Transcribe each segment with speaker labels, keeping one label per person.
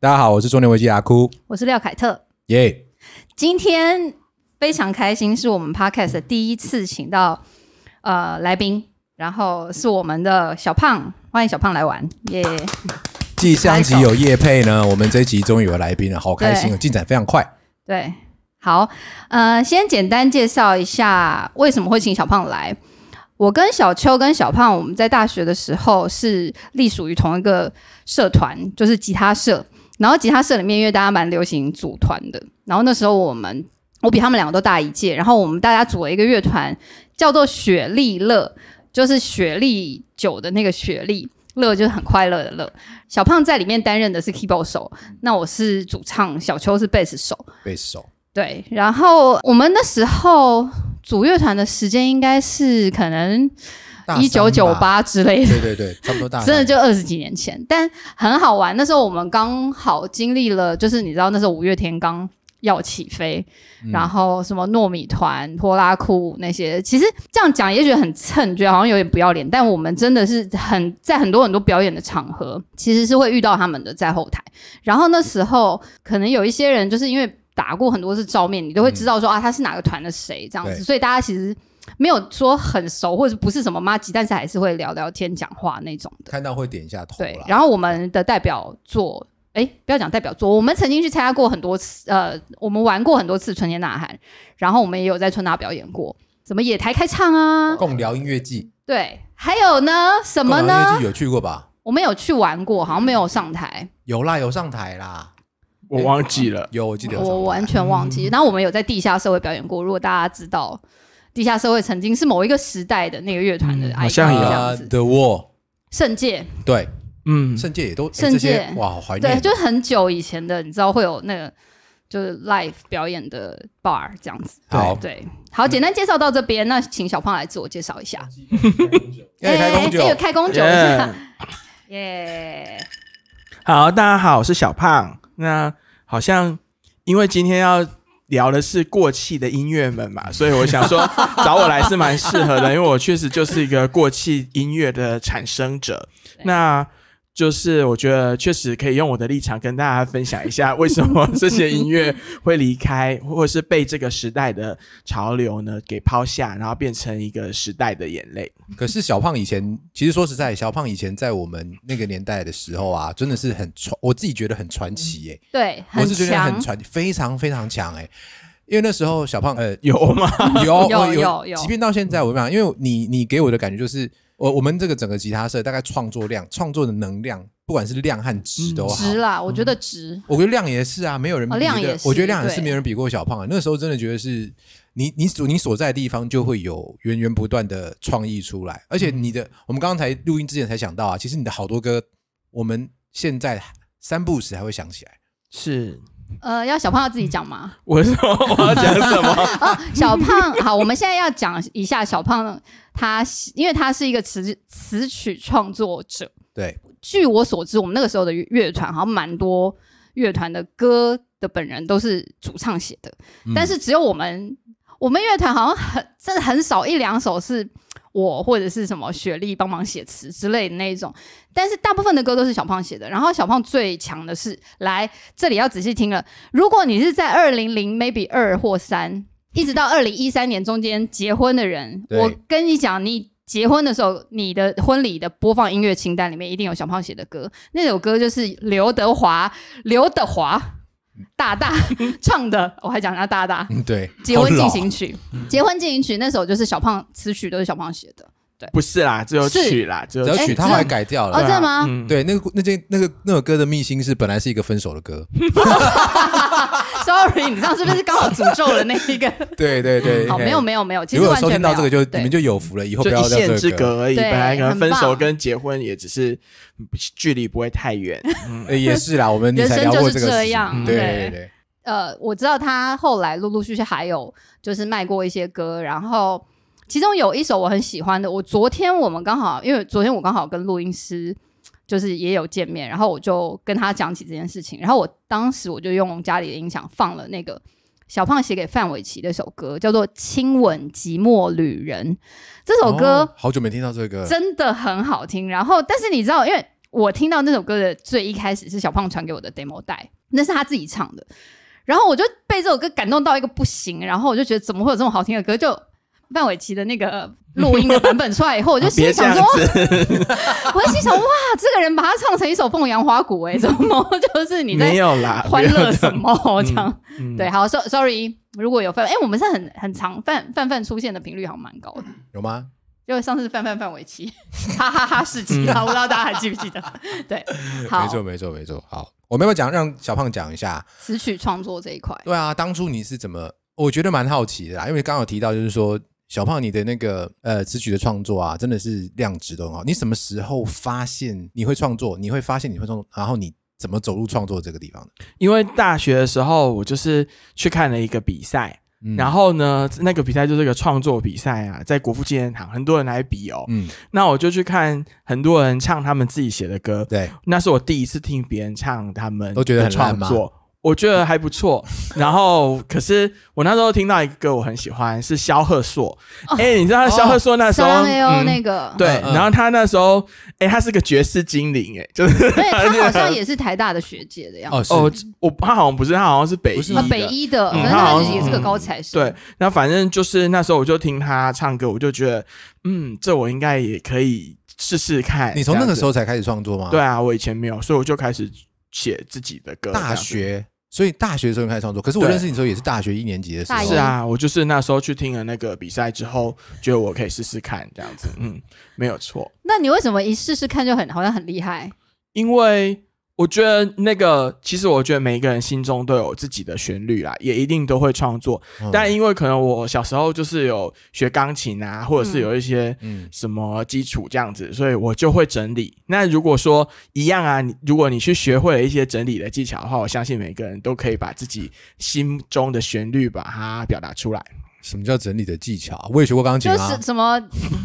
Speaker 1: 大家好，我是中年危机阿哭，
Speaker 2: 我是廖凯特。
Speaker 1: 耶、
Speaker 2: 今天非常开心，是我们 podcast 的第一次请到呃来宾，然后是我们的小胖，欢迎小胖来玩，耶、
Speaker 1: 继上集有叶配呢，我们这一集终于有来宾了，好开心哦，进展非常快。
Speaker 2: 对，好，呃，先简单介绍一下为什么会请小胖来。我跟小秋跟小胖，我们在大学的时候是隶属于同一个社团，就是吉他社。然后吉他社里面，因为大家蛮流行组团的，然后那时候我们我比他们两个都大一届，然后我们大家组了一个乐团，叫做雪莉乐，就是雪莉酒的那个雪莉乐，就是很快乐的乐。小胖在里面担任的是 keyboard 手，那我是主唱，小秋是贝斯手。
Speaker 1: 贝斯手，
Speaker 2: 对，然后我们那时候组乐团的时间应该是可能
Speaker 1: 大
Speaker 2: 一九九
Speaker 1: 三吧，
Speaker 2: 八之类的，
Speaker 1: 对对对，差不多大三，
Speaker 2: 真的就二十几年前，但很好玩。那时候我们刚好经历了，就是你知道那时候五月天刚要起飞，
Speaker 1: 嗯
Speaker 2: 然后什么糯米团、拖拉库那些，其实这样讲也觉得很蹭，觉得好像有点不要脸。但我们真的是很在很多很多表演的场合，其实是会遇到他们的在后台。然后那时候可能有一些人就是因为打过很多次照面，你都会知道说、啊他是哪个团的谁这
Speaker 1: 嗯
Speaker 2: 样
Speaker 1: 对
Speaker 2: 子，所以大家其实没有说很熟或者不是什么妈鸡，但是还是会聊聊天、讲话那种的。
Speaker 1: 看到会点一下头
Speaker 2: 对，
Speaker 1: 啦。
Speaker 2: 然后我们的代表作，哎，不要讲代表作，我们曾经去参加过很多次，呃，我们玩过很多次《春天呐喊》，然后我们也有在春大表演过，什么野台开唱啊，
Speaker 1: 共聊音乐季，
Speaker 2: 对，还有呢，什
Speaker 1: 什
Speaker 2: 么
Speaker 1: 共聊音乐
Speaker 2: 呢？
Speaker 1: 季有去过吧？
Speaker 2: 我们有去玩过，好像没有上台，
Speaker 1: 有啦，有上台啦，
Speaker 3: 我忘记了，
Speaker 1: 有我记得有上台
Speaker 2: 我完全忘记。然后我们有在地下社会表演过，如果大家知道，地下社会曾经是某一个时代的那个乐团的
Speaker 3: 嗯
Speaker 2: icon
Speaker 3: 好像有
Speaker 2: 这
Speaker 1: 啊
Speaker 2: 样子，
Speaker 1: The Wall，
Speaker 2: 圣界，
Speaker 1: 对，
Speaker 3: 嗯，
Speaker 1: 圣界也都哎
Speaker 2: 圣
Speaker 1: 这些
Speaker 2: 界
Speaker 1: 哇，好怀念
Speaker 2: 对，
Speaker 1: 哦，
Speaker 2: 就是很久以前的，你知道会有那个就是 live 表演的 bar 这样子。
Speaker 1: 好，
Speaker 2: 对，好，简单介绍到这边，那请小胖来自我介绍一下。
Speaker 1: 哎，开工酒
Speaker 2: 这，个开工酒，
Speaker 3: 耶
Speaker 2: 耶，
Speaker 3: 好，大家好，我是小胖。那好像因为今天要聊的是过气的音乐们嘛，所以我想说找我来是蛮适合的，因为我确实就是一个过气音乐的产生者
Speaker 2: 对。
Speaker 3: 那就是我觉得确实可以用我的立场跟大家分享一下，为什么这些音乐会离开，或是被这个时代的潮流呢给抛下，然后变成一个时代的眼泪。
Speaker 2: 哎
Speaker 1: 可是小胖以前，其实说实在，小胖以前在我们那个年代的时候啊，真的是很传，我自己觉得很传奇耶、
Speaker 2: 对，
Speaker 1: 我
Speaker 2: 很
Speaker 1: 是觉得很
Speaker 2: 强，
Speaker 1: 传，非常非常强哎、因为那时候小胖呃
Speaker 3: 有吗？
Speaker 1: 有我
Speaker 2: 有
Speaker 1: 有
Speaker 2: 有有
Speaker 1: 即便到现在我讲，因为你你给我的感觉就是，我我们这个整个吉他社大概创作量、创作的能量，不管是量和质都好。
Speaker 2: 值啦，我
Speaker 1: 嗯
Speaker 2: 觉得值。
Speaker 1: 我觉得量也是啊，没有人比
Speaker 2: 嗯
Speaker 1: 的。
Speaker 2: 哦量也是
Speaker 1: 我觉得量也是
Speaker 2: 对
Speaker 1: 没有人比过小胖啊。那时候真的觉得是你你所你所在的地方就会有源源不断的创意出来，而且
Speaker 2: 嗯
Speaker 1: 你的、我们刚才录音之前才想到啊，其实你的好多歌，我们现在三不五时还会想起来。
Speaker 3: 是，
Speaker 2: 呃，要小胖要自己讲吗？
Speaker 3: 我说我要讲什么？
Speaker 2: 哦，小胖，好，我们现在要讲一下小胖他，因为他是一个词词曲创作者，
Speaker 1: 对，
Speaker 2: 据我所知，我们那个时候的乐乐团好像蛮多乐团的歌的本人都是主唱写的，
Speaker 1: 嗯
Speaker 2: 但是只有我们我们乐团好像很真的很少一两首是我或者是什么雪莉帮忙写词之类的那一种，但是大部分的歌都是小胖写的。然后小胖最强的是，来这里要仔细听了，如果你是在二零零 maybe 二或三。一直到二零一三年中间结婚的人，
Speaker 1: 对
Speaker 2: 我跟你讲，你结婚的时候，你的婚礼的播放音乐清单里面一定有小胖写的歌，那首歌就是刘德华，刘德华大大唱的，我还讲他大大
Speaker 1: 嗯，对，
Speaker 2: 结婚
Speaker 1: 好嗯
Speaker 2: 进
Speaker 1: 老
Speaker 2: 行曲，结婚进行曲那首就是小胖词曲都是小胖写的
Speaker 3: 不是啦，只有
Speaker 2: 是
Speaker 3: 曲啦，只有
Speaker 1: 只要
Speaker 3: 曲。
Speaker 1: 曲
Speaker 2: 哎
Speaker 1: 他后来改掉
Speaker 2: 哦
Speaker 1: 了。
Speaker 2: 真的吗
Speaker 3: 嗯，
Speaker 1: 对，那个那件那个那首歌的秘辛是本来是一个分手的歌，
Speaker 2: ，sorry，你知道是不是刚好诅咒了那 一个？
Speaker 1: 对对对。
Speaker 2: 嗯好，
Speaker 1: 嘿
Speaker 2: 没有没有没有，其
Speaker 1: 如
Speaker 2: 实
Speaker 1: 果
Speaker 2: 完
Speaker 1: 收
Speaker 2: 全
Speaker 1: 听
Speaker 2: 没
Speaker 1: 到
Speaker 2: 有
Speaker 1: 这个就
Speaker 2: 对
Speaker 1: 你们就有福了，以后不
Speaker 3: 就
Speaker 1: 要
Speaker 3: 一
Speaker 1: 再
Speaker 3: 线
Speaker 1: 这
Speaker 3: 之
Speaker 1: 个歌，
Speaker 3: 隔而已，
Speaker 2: 对
Speaker 3: 本来可能
Speaker 2: 很
Speaker 3: 分手
Speaker 2: 棒
Speaker 3: 跟结婚也只是嗯距离不会太远。
Speaker 1: 呃也是啦。我们
Speaker 2: 人
Speaker 1: 才
Speaker 2: 生
Speaker 1: 聊
Speaker 2: 就
Speaker 1: 过这
Speaker 2: 是
Speaker 1: 个
Speaker 2: 这
Speaker 1: 事情
Speaker 2: 样
Speaker 1: 对
Speaker 2: 对
Speaker 1: 对对，
Speaker 2: 呃，我知道他后来陆陆续续还有就是卖过一些歌，然后其中有一首我很喜欢的，我昨天我们刚好因为昨天我刚好跟录音师就是也有见面，然后我就跟他讲起这件事情，然后我当时我就用家里的音响放了那个。小胖写给范玮琪的一首歌叫做《亲吻寂寞旅人》，这首歌、
Speaker 3: 嗯
Speaker 1: 哦好久没听到这个了，
Speaker 2: 真的很好听。然后，但是你知道，因为我听到那首歌的最一开始是小胖传给我的 demo 带，那是他自己唱的，然后我就被这首歌感动到一个不行，然后我就觉得怎么会有这么好听的歌？就范玮琪的那个录音的版本出来以后，我就心里
Speaker 3: 啊别这
Speaker 2: 想
Speaker 3: 样
Speaker 2: 说，
Speaker 3: 子，
Speaker 2: 我就心想哇，这个人把它唱成一首凤阳花鼓、欸，哎，怎么就是你在
Speaker 3: 没有啦，
Speaker 2: 欢
Speaker 3: 不要
Speaker 2: 乐
Speaker 3: 这
Speaker 2: 什
Speaker 3: 样？
Speaker 2: 么这样？
Speaker 3: 嗯
Speaker 2: 对，，好，so sorry，如果有范，哎、我们是很很常范范范出现的频率好像蛮高的，
Speaker 1: 有吗？
Speaker 2: 就上次范范范玮琪， 哈哈哈事
Speaker 3: 嗯
Speaker 2: 迹啦，我不知道大家还记不记得？ 对，好
Speaker 1: 没，错，没错，没错。好，我们要不要讲让小胖讲一下？
Speaker 2: 词曲创作这一块，
Speaker 1: 对啊，当初你是怎么？我觉得蛮好奇的啦，因为刚好提到就是说，小胖你的那个呃词曲的创作啊，真的是量值都很好。你什么时候发现你会创作？你会发现你会创作，然后你怎么走入创作这个地方的？
Speaker 3: 因为大学的时候我就是去看了一个比赛，
Speaker 1: 嗯
Speaker 3: 然后呢，那个比赛就是个创作比赛啊，在国父纪念堂，很多人来比哦。
Speaker 1: 嗯，
Speaker 3: 那我就去看很多人唱他们自己写的歌，
Speaker 1: 对，
Speaker 3: 那是我第一次听别人唱他们
Speaker 1: 都觉得
Speaker 3: 的
Speaker 1: 很烂
Speaker 3: 创
Speaker 1: 吗
Speaker 3: 作，我觉得还 不错。然后，可是我那时候听到一个歌我很喜欢，是萧贺硕。
Speaker 2: 哦
Speaker 3: 哎、你知道萧贺硕那时候、
Speaker 2: 三 A O
Speaker 3: 嗯
Speaker 2: 哦那 个，
Speaker 3: 对，
Speaker 1: 嗯嗯
Speaker 3: 然后他那时候哎、他是个爵士精灵哎、就是
Speaker 2: 对他 好像也是台大的学姐的样子，
Speaker 1: 哦，是
Speaker 3: 哦，我他好像不是，他好像是北
Speaker 1: 不
Speaker 3: 医
Speaker 1: 是
Speaker 2: 啊
Speaker 3: 的。，
Speaker 2: 北医的，
Speaker 3: 嗯
Speaker 2: 反正他
Speaker 3: 他好
Speaker 2: 就
Speaker 3: 像
Speaker 2: 是也是个
Speaker 3: 嗯
Speaker 2: 高材生，
Speaker 3: 对，那反正就是那时候我就听他唱歌，我就觉得，嗯，这我应该也可以试试看。
Speaker 1: 你从那
Speaker 3: 这样
Speaker 1: 个
Speaker 3: 子
Speaker 1: 时候才开始创作吗？
Speaker 3: 对，啊，我以前没有，所以我就开始写自己的歌。这
Speaker 1: 大
Speaker 3: 样子
Speaker 1: 学，所以大学的时候你开始创作。可是我
Speaker 3: 对
Speaker 1: 认识你的时候也是大学一年级的时
Speaker 2: 大
Speaker 1: 候，
Speaker 2: 一
Speaker 3: 是啊，我就是那时候去听了那个比赛之后，觉得我可以试试看这样子，嗯，没有错，
Speaker 2: 那你为什么一试试看就很好像很厉害？
Speaker 3: 因为我觉得那个其实我觉得每一个人心中都有自己的旋律啦，也一定都会创作，
Speaker 1: 嗯
Speaker 3: 但因为可能我小时候就是有学钢琴啊，或者是有一些
Speaker 1: 嗯
Speaker 3: 什么基础这样子，所以我就会整理。那如果说一样啊，你如果你去学会了一些整理的技巧的话，我相信每个人都可以把自己心中的旋律把它表达出来。
Speaker 1: 什么叫整理的技巧？我也学过钢琴
Speaker 2: 就
Speaker 1: 啊
Speaker 2: 是。什么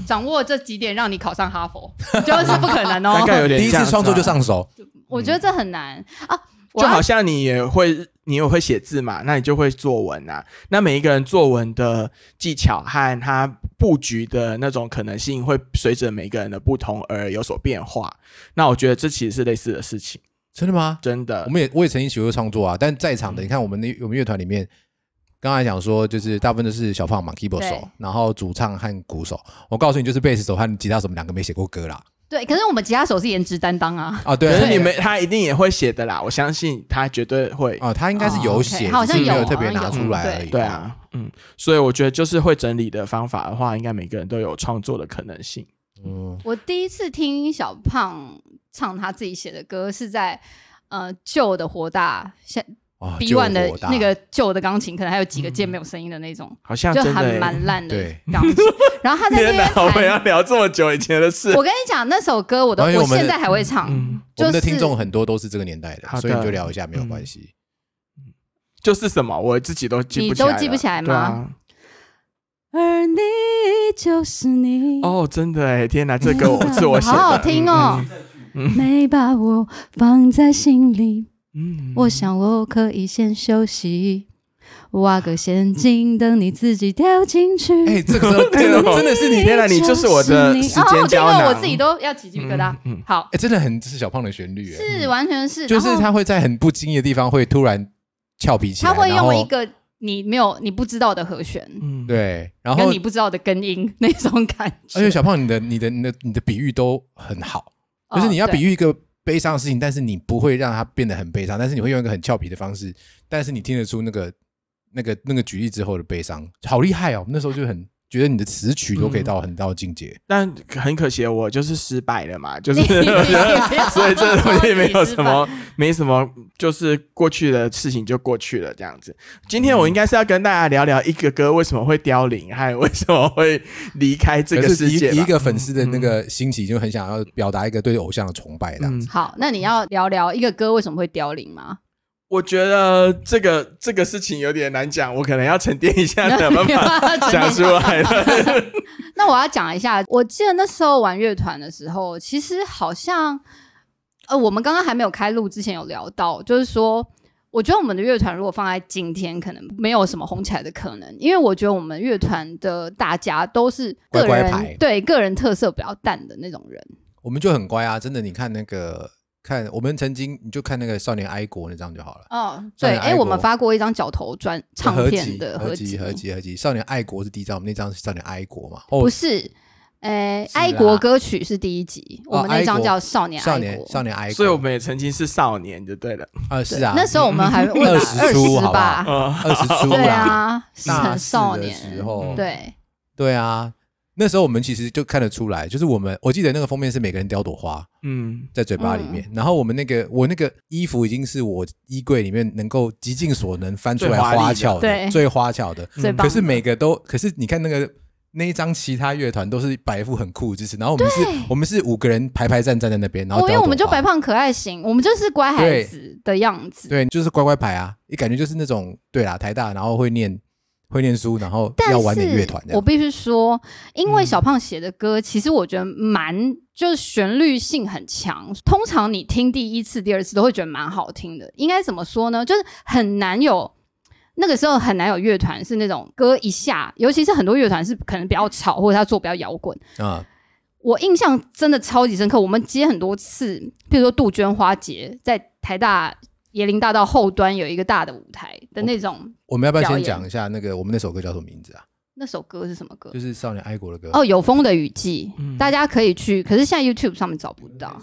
Speaker 2: 掌握这几点让你考上哈 佛，就是不可能哦
Speaker 3: 大。概有点
Speaker 1: 第一
Speaker 3: 这样
Speaker 1: 次
Speaker 3: 子
Speaker 1: 创作
Speaker 3: 啊
Speaker 1: 就上手，
Speaker 2: 我觉得这很难啊。我
Speaker 3: 就
Speaker 2: 要
Speaker 3: 好像你也会，你也会写字嘛，那你就会作文啊。那每一个人作文的技巧和他布局的那种可能性，会随着每个人的不同而有所变化。那我觉得这其实是类似的事情，
Speaker 1: 真的吗？
Speaker 3: 真的
Speaker 1: 我。们也我也曾经学过创作啊，但在
Speaker 2: 嗯
Speaker 1: 场的，你看我们那我们乐团里面，刚才讲说就是大部分都是小胖嘛，keyboard
Speaker 2: 对
Speaker 1: 手，然后主唱和鼓手。我告诉你，就是贝斯手和吉他手，我们两个没写过歌啦。
Speaker 2: 对，可是我们吉他手是颜值担当啊。
Speaker 1: 啊，
Speaker 3: 可
Speaker 1: 对，
Speaker 3: 是你们他一定也会写的啦，我相信他绝对会。
Speaker 1: 啊，他应该是有写，
Speaker 2: 哦，OK，好像
Speaker 1: 只是没
Speaker 2: 有
Speaker 1: 有特别
Speaker 2: 好像
Speaker 1: 拿
Speaker 2: 有
Speaker 1: 出来而已。
Speaker 2: 对
Speaker 3: 对，啊，嗯，所以我觉得就是会整理的方法的话，应该每个人都有创作的可能性。
Speaker 1: 嗯，
Speaker 2: 我第一次听小胖唱他自己写的歌是在呃旧的活大，现
Speaker 3: 哦
Speaker 1: 啊
Speaker 2: B One 的
Speaker 1: 救火大
Speaker 2: 那个旧的钢琴，可能还有几个键没有声音的那种，
Speaker 3: 好像
Speaker 2: 就
Speaker 3: 嗯真的
Speaker 2: 还
Speaker 3: 欸，
Speaker 2: 蛮烂的
Speaker 1: 对
Speaker 2: 钢琴。然后他在那
Speaker 3: 天
Speaker 2: 边
Speaker 3: 哪，我们要
Speaker 2: 弹，
Speaker 3: 聊这么久以前的事。
Speaker 2: 我跟你讲那首歌，我都
Speaker 1: 因为
Speaker 2: 我
Speaker 1: 我们
Speaker 2: 现在还会唱。
Speaker 3: 嗯，
Speaker 1: 我
Speaker 2: 就
Speaker 1: 们的
Speaker 2: 是
Speaker 1: 听众很多都是这个年代的
Speaker 3: 好，的嗯
Speaker 1: 所以你就聊一下没有关系。
Speaker 3: 就是什么，我自己都记不起来了，
Speaker 2: 你都记不起来吗
Speaker 3: 对啊
Speaker 2: 而你就是你，
Speaker 3: 哦，真的哎，天哪，这歌我是我写的，
Speaker 2: 好好听哦
Speaker 3: 嗯。
Speaker 2: 没把我放在心里，
Speaker 3: 嗯，嗯
Speaker 2: 我想我可以先休息，挖个陷阱等你自己掉进去。
Speaker 1: 哎，这个时 候真的
Speaker 3: 哦
Speaker 1: 真的是你，
Speaker 3: 天哪你就是我的时
Speaker 2: 哦
Speaker 3: 间
Speaker 2: 这
Speaker 3: 胶囊
Speaker 2: 个我自己都要起鸡皮疙瘩。
Speaker 3: 嗯嗯
Speaker 2: 好，
Speaker 1: 哎，真的很这是小胖的旋律，哎，
Speaker 2: 是完全是，
Speaker 1: 就是
Speaker 2: 然后
Speaker 1: 他会在很不经意的地方会突然俏皮起来，
Speaker 2: 他会
Speaker 1: 然后
Speaker 2: 用一个你没有你不知道的和弦，
Speaker 3: 嗯，
Speaker 1: 对，然
Speaker 2: 跟
Speaker 1: 后
Speaker 2: 你不知道的根音那种感觉。
Speaker 1: 而且小胖，你的、你的、你的、你的比喻都很好，
Speaker 2: 哦
Speaker 1: 就是你要比
Speaker 2: 喻，
Speaker 1: 喻一个悲伤的事情，但是你不会让它变得很悲伤，但是你会用一个很俏皮的方式，但是你听得出那个、那个、那个举例之后的悲伤，好厉害哦！那时候就很觉得你的词曲
Speaker 2: 嗯
Speaker 1: 都可以到很高的境界。
Speaker 3: 但很可惜，哦我就是失败了嘛，就是
Speaker 2: 你你哦不要
Speaker 3: 所以这东西没 有什
Speaker 2: 说
Speaker 3: 么，没什么，就是过去的事情就过去了这样子。今天
Speaker 2: 嗯
Speaker 3: 我应该是要跟大家聊聊一个歌为什么会凋零，还有为什么会离开这
Speaker 1: 可
Speaker 3: 个
Speaker 1: 是
Speaker 3: 世
Speaker 1: 以
Speaker 3: 界吧。
Speaker 1: 以一个粉丝
Speaker 2: 嗯
Speaker 1: 的那个心情，就很想要表达一个对偶像的崇拜这样子。
Speaker 3: 嗯，
Speaker 2: 好，那你要聊聊一个歌为什么会凋零吗？
Speaker 3: 我觉得这个这个事情有点难讲，我可能要沉淀 一下，才哎有办法啊讲 出来了。
Speaker 2: 那我要讲一下，我记得那时候玩乐团的时候，其实好像，呃，我们刚刚还没有开录之前有聊到，就是说，我觉得我们的乐团如果放在今天，可能没有什么红起来的可能，因为我觉得我们乐团的大家都是个人
Speaker 1: 乖乖牌
Speaker 2: 对个人特色比较淡的那种人，
Speaker 1: 我们就很乖啊，真的。你看那个，看我们曾经，你就看那个《少年哀国》那张就好了。
Speaker 2: 哦，
Speaker 1: 少
Speaker 2: 对，
Speaker 1: 年爱
Speaker 2: 哎，我们
Speaker 1: 国
Speaker 2: 发过一张角头专唱
Speaker 1: 合
Speaker 2: 片
Speaker 1: 集
Speaker 2: 的
Speaker 1: 合
Speaker 2: 集，
Speaker 1: 合集合集，《少年爱国》是第一张，我们那张是《少年哀国》嘛。
Speaker 2: 不
Speaker 1: 哦，
Speaker 2: 是，哎，
Speaker 1: 是
Speaker 2: 爱国
Speaker 1: 啦
Speaker 2: 歌曲是第一集，我
Speaker 1: 哦
Speaker 2: 们那
Speaker 1: 爱
Speaker 2: 张
Speaker 1: 国
Speaker 2: 叫《少年
Speaker 1: 少
Speaker 2: 爱
Speaker 1: 年
Speaker 2: 国》，
Speaker 1: 少年哀国，
Speaker 3: 所以我们也曾经是少年，就对了。
Speaker 1: 啊
Speaker 2: 对
Speaker 1: 是啊，
Speaker 2: 那时候我们还问
Speaker 1: 二
Speaker 2: 了
Speaker 1: 十
Speaker 2: 二
Speaker 1: 出好
Speaker 2: 十
Speaker 1: 不好
Speaker 2: 吧，
Speaker 3: 呃，
Speaker 1: 二十出
Speaker 2: 对
Speaker 1: 啦，
Speaker 2: 啊，是
Speaker 1: 大
Speaker 2: 很
Speaker 1: 四
Speaker 2: 少
Speaker 1: 的时
Speaker 2: 年，嗯
Speaker 1: 候，
Speaker 2: 对，
Speaker 1: 对啊，那时候我们其实就看得出来，就是我们我记得那个封面是每个人叼朵花
Speaker 3: 嗯，
Speaker 1: 在嘴巴里面，然后我们那个我那个衣服已经是我衣柜里面能够极尽所能翻出来
Speaker 3: 最华丽的
Speaker 1: 花俏的、
Speaker 2: 对
Speaker 1: 最花俏的，
Speaker 2: 最
Speaker 3: 嗯
Speaker 2: 棒
Speaker 1: 可
Speaker 2: 的。
Speaker 1: 是每个都，可是你看那个那一张，其他乐团都是摆一副很酷的姿势，然后我们是，我们是五个人排排站站在那边，然
Speaker 2: 哦，
Speaker 1: 后
Speaker 2: 因为
Speaker 1: 叼
Speaker 2: 我们
Speaker 1: 朵
Speaker 2: 就
Speaker 1: 花
Speaker 2: 白胖可爱型，我们就是乖孩
Speaker 1: 对
Speaker 2: 子的样子。
Speaker 1: 对，就是乖乖牌啊，也感觉就是那种对啦，台大然后会念会念书，然后
Speaker 2: 但
Speaker 1: 要玩点
Speaker 2: 是
Speaker 1: 乐团这
Speaker 2: 我
Speaker 1: 样。
Speaker 2: 必须说，因为
Speaker 3: 嗯
Speaker 2: 小胖写的歌，其实我觉得蛮就是旋律性很强。通常你听第一次、第二次都会觉得蛮好听的。应该怎么说呢？就是很难有。那个时候很难有乐团是那种歌一下，尤其是很多乐团是可能比较吵，或者他做比较摇滚。
Speaker 1: 啊、
Speaker 2: 我印象真的超级深刻，我们接很多次，比如说杜鹃花节，在台大椰林大道后端有一个大的舞台的那种，
Speaker 1: 我们要不要
Speaker 2: 表
Speaker 1: 先
Speaker 2: 演
Speaker 1: 讲一下那个我们那首歌叫什么名字啊？
Speaker 2: 那首歌是什么歌
Speaker 1: 就？是少年爱国的歌。
Speaker 2: 哦，有风的雨季，
Speaker 3: 嗯
Speaker 2: 大家可以去，可是现在 YouTube 上面找不到。